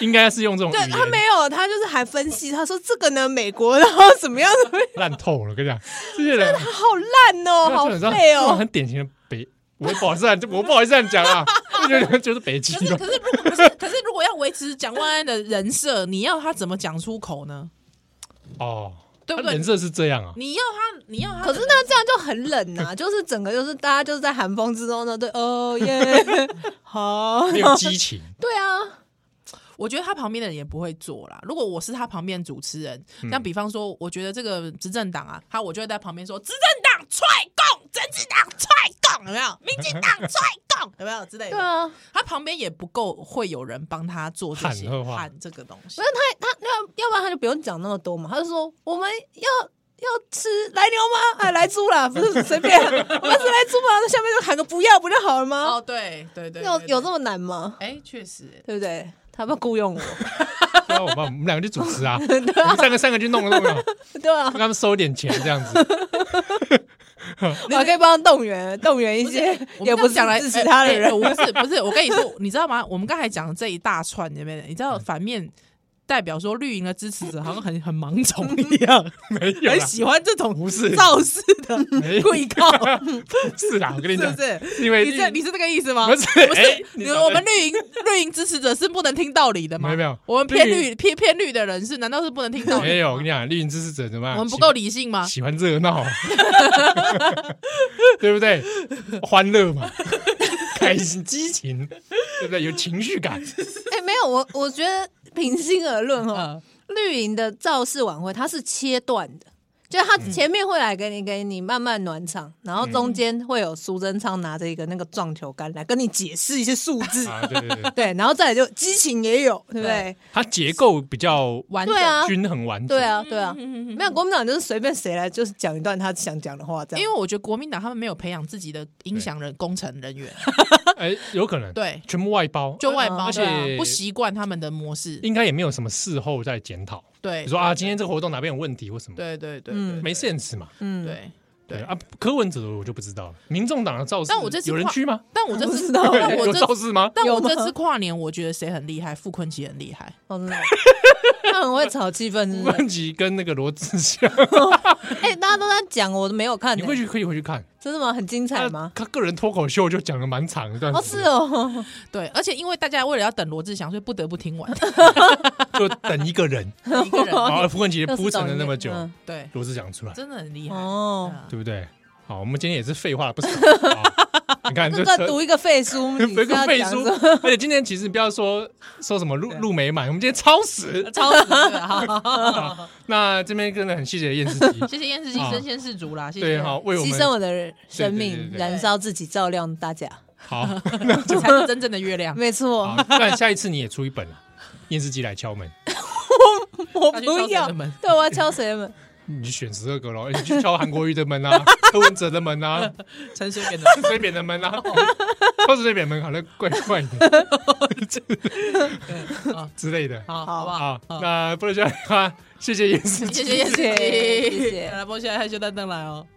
Speaker 2: 应该是用这种语
Speaker 4: 对他
Speaker 2: 言
Speaker 4: 没有，他就是还分析，他说这个呢，美国然后怎么样怎么样，
Speaker 2: 烂透了，跟你讲，这些人
Speaker 4: 好烂哦，好
Speaker 2: 这种
Speaker 4: 废
Speaker 2: 这种
Speaker 4: 哦。
Speaker 2: 啊很典型的北，我不好意思啊，我不好意思这样讲啊，我觉得就是北
Speaker 3: <laughs> 可
Speaker 2: 极
Speaker 3: 是
Speaker 2: 了，
Speaker 3: 可是如果不是，可是如果要维持蒋万安的人设，你要他怎么讲出口呢？
Speaker 2: 哦，
Speaker 3: 对不
Speaker 2: 他
Speaker 3: 对
Speaker 2: 人？设是这样啊，
Speaker 3: 你要他，你要他，
Speaker 4: 可是那这样就很
Speaker 2: <laughs>
Speaker 4: 冷呐、就是整个就是大家就是在寒风之中呢，对哦
Speaker 2: <laughs>
Speaker 4: 耶，好，
Speaker 2: 没有激情，
Speaker 4: 对啊，
Speaker 3: 我觉得他旁边的人也不会做啦。如果我是他旁边主持人，
Speaker 2: 嗯
Speaker 3: 像比方说，我觉得这个执政党啊，他我就会在旁边说，执政党踹共，政治党踹共，有没
Speaker 2: <laughs>
Speaker 3: 有？民进党踹共，有没有之类
Speaker 4: 对
Speaker 3: 的？
Speaker 4: 啊，
Speaker 3: 他旁边也不够会有人帮他做这些
Speaker 2: 喊的话
Speaker 3: 喊这个东西
Speaker 4: 不是。他他要要不然他就不用讲那么多嘛，他就说我们要要吃来牛 <laughs> 吗？哎，来猪啦，不是随 <laughs> 便，我们是来猪吗？那下面就喊个不要不就好了吗？ <laughs>
Speaker 3: 哦，对对对，
Speaker 4: 有
Speaker 3: 对
Speaker 4: 有
Speaker 3: 对
Speaker 4: 这么难吗？
Speaker 3: 哎，
Speaker 2: <laughs>
Speaker 3: 确实，
Speaker 4: 对不对？他们雇 <laughs> 佣我，
Speaker 2: 对啊，我们我们两个去主持啊，我们三个三个去弄弄弄，
Speaker 4: 对啊
Speaker 2: 让，他们收点钱这样子，
Speaker 4: 我还可以帮他动员动员一些
Speaker 3: 我们
Speaker 4: 也
Speaker 3: 这
Speaker 4: 不
Speaker 3: 样
Speaker 4: 是
Speaker 3: 讲来
Speaker 4: 支持他的
Speaker 3: 哎哎
Speaker 4: 人
Speaker 3: 哎。我不是不是，我跟你说，你知道吗？我们刚才讲的这一大串里面，你
Speaker 2: 嗯
Speaker 3: 知道反面代表说绿营的支持者好像很很盲
Speaker 2: <laughs>
Speaker 3: 从一样，
Speaker 2: 没有
Speaker 3: 很
Speaker 2: 啦，
Speaker 3: 喜欢这种
Speaker 2: 不是
Speaker 3: 造势的
Speaker 2: 没有
Speaker 3: <laughs> 跪靠，
Speaker 2: 不是啦，我跟你
Speaker 3: 是
Speaker 2: 讲
Speaker 3: 不，是？
Speaker 2: 因为
Speaker 3: 你这你是这个意思吗？
Speaker 2: 不是
Speaker 3: 不
Speaker 2: 哎
Speaker 3: 是，
Speaker 2: 你
Speaker 3: 你
Speaker 2: 讲得
Speaker 3: 我们绿营绿营支持者是不能听道理的吗？
Speaker 2: 没有没有
Speaker 3: 我们偏
Speaker 2: 绿
Speaker 3: 绿偏偏绿的人是难道是不能听道理？
Speaker 2: 没有，我啊跟你讲，绿营支持者怎么样？
Speaker 3: 我们不够理啊性吗？
Speaker 2: 喜欢热闹， <laughs> 对不对？欢乐
Speaker 3: <laughs>
Speaker 2: 嘛，开心、激情，对不对？有情绪感，
Speaker 4: 哎，没有，我我觉得平心而论
Speaker 2: 啊
Speaker 3: 嗯
Speaker 4: 哦，绿营的造势晚会它是切断的，就是它前面会来给你给你慢慢暖场，然后中间会有苏贞昌拿着一个那个撞球杆来跟你解释一些数字，
Speaker 2: 啊，对对对，
Speaker 4: <laughs> 对，然后再来就激情也有，对不对？
Speaker 2: 它结构比较
Speaker 3: 完整
Speaker 4: 对啊，
Speaker 2: 均衡完整，
Speaker 4: 对，啊，对啊，
Speaker 3: 嗯嗯嗯嗯
Speaker 4: 没有国民党就是随便谁来就是讲一段他想讲的话，这样。
Speaker 3: 因为我觉得国民党他们没有培养自己的音响人工程人员，
Speaker 2: 哎，有可能，，
Speaker 3: 对，
Speaker 2: 全部外包，
Speaker 3: 就外包，
Speaker 2: 而且
Speaker 3: 对啊不习惯他们的模式，
Speaker 4: 嗯
Speaker 2: 应该也没有什么事后再检讨，
Speaker 3: 对
Speaker 2: 你，说啊，今天这个活动哪边有问题或什么，
Speaker 3: 对对对
Speaker 4: 嗯
Speaker 3: 对
Speaker 2: 没 sense 嘛，
Speaker 4: 嗯，
Speaker 3: 对。
Speaker 2: 对
Speaker 3: 对
Speaker 2: 啊，柯文哲我就不知道了，民众党的造势，
Speaker 3: 但我这次
Speaker 2: 有人
Speaker 3: 跨
Speaker 2: 去吗？
Speaker 3: 但我这
Speaker 4: 不
Speaker 3: 次，
Speaker 4: 知道
Speaker 3: 但
Speaker 2: <laughs>
Speaker 3: 我
Speaker 4: <laughs>
Speaker 2: 有
Speaker 3: 这
Speaker 2: 造，势吗？
Speaker 3: 但
Speaker 4: 有
Speaker 3: 我
Speaker 4: 吗
Speaker 3: 这次跨年，我觉得谁很厉害？傅坤奇很厉害，
Speaker 4: 哦，真的他很会炒气氛，
Speaker 2: <laughs>
Speaker 4: 是不是？
Speaker 2: 万吉跟那个罗志
Speaker 4: <laughs>
Speaker 2: 祥，
Speaker 4: 哎、大家都在讲，我都没有看、
Speaker 2: 你回
Speaker 4: 欸，
Speaker 2: 去可以回去看。
Speaker 4: 真的吗？很精彩
Speaker 2: 他
Speaker 4: 吗？
Speaker 2: 他个人脱口秀就讲了蛮长一段
Speaker 4: 哦，
Speaker 2: 时
Speaker 4: 是
Speaker 2: 间，
Speaker 4: 哦，
Speaker 3: 对，而且因为大家为了要等罗志祥，所以不得不
Speaker 4: <laughs>
Speaker 3: 听完
Speaker 2: 就等一个人，
Speaker 3: 一个人。
Speaker 2: 然后傅冠杰
Speaker 4: 哦又是
Speaker 2: 铺陈了
Speaker 4: 导
Speaker 2: 那么
Speaker 4: 演
Speaker 2: 久，
Speaker 4: 嗯
Speaker 3: 对，
Speaker 2: 罗志祥出来，
Speaker 3: 真的很厉害。
Speaker 2: <laughs>
Speaker 4: 哦，
Speaker 2: 对不对？好，我们今天也是废话了不
Speaker 4: <laughs>
Speaker 2: 少，好你看
Speaker 4: 就
Speaker 2: 这
Speaker 4: 在
Speaker 2: 车 <laughs>
Speaker 4: 读一个废书，你
Speaker 2: 有一
Speaker 4: 是
Speaker 2: 个
Speaker 4: 要
Speaker 2: 废
Speaker 4: 讲
Speaker 2: 书
Speaker 4: <laughs> 什么，
Speaker 2: 而且今天其实不要说说什么路路没满，我们今天超
Speaker 4: <laughs>
Speaker 2: 时。
Speaker 3: 超死对吧好好好好好
Speaker 2: 那这边真的很谢谢燕
Speaker 4: <laughs>
Speaker 2: 世基，
Speaker 3: 谢谢燕世基
Speaker 2: 啊
Speaker 3: 身先士卒啦，谢谢。
Speaker 2: 对，好为我
Speaker 4: 牺牲
Speaker 2: 们
Speaker 4: 我的
Speaker 2: 对对
Speaker 4: 生命
Speaker 2: 对，对
Speaker 4: 燃烧自己，照亮大家。
Speaker 2: 好
Speaker 3: 这才是真正的月
Speaker 4: <laughs>
Speaker 3: 亮。
Speaker 4: 没错
Speaker 2: 好，，那下一次你也出一本啊，燕世基来敲门，
Speaker 4: 我
Speaker 3: 他去
Speaker 4: 不
Speaker 3: 敲谁
Speaker 4: 要
Speaker 3: 的，门
Speaker 4: 对，我要敲谁的门？
Speaker 2: 你就选十二个咯，你去敲韩国瑜的门啊， <laughs> 柯文哲的门啊，
Speaker 3: 陈水扁的
Speaker 2: 陈水扁的门 <laughs> 啊，都是水扁门好像怪怪的 <laughs> 之类的。
Speaker 3: 好好不好？
Speaker 2: 好，那不能这样啊，谢谢燕世基。
Speaker 3: 谢谢燕世
Speaker 4: 谢谢谢
Speaker 3: 基，
Speaker 4: 谢
Speaker 3: 来波现在害羞蛋蛋来哦。
Speaker 5: Oh, oh, oh, Uh. Uh.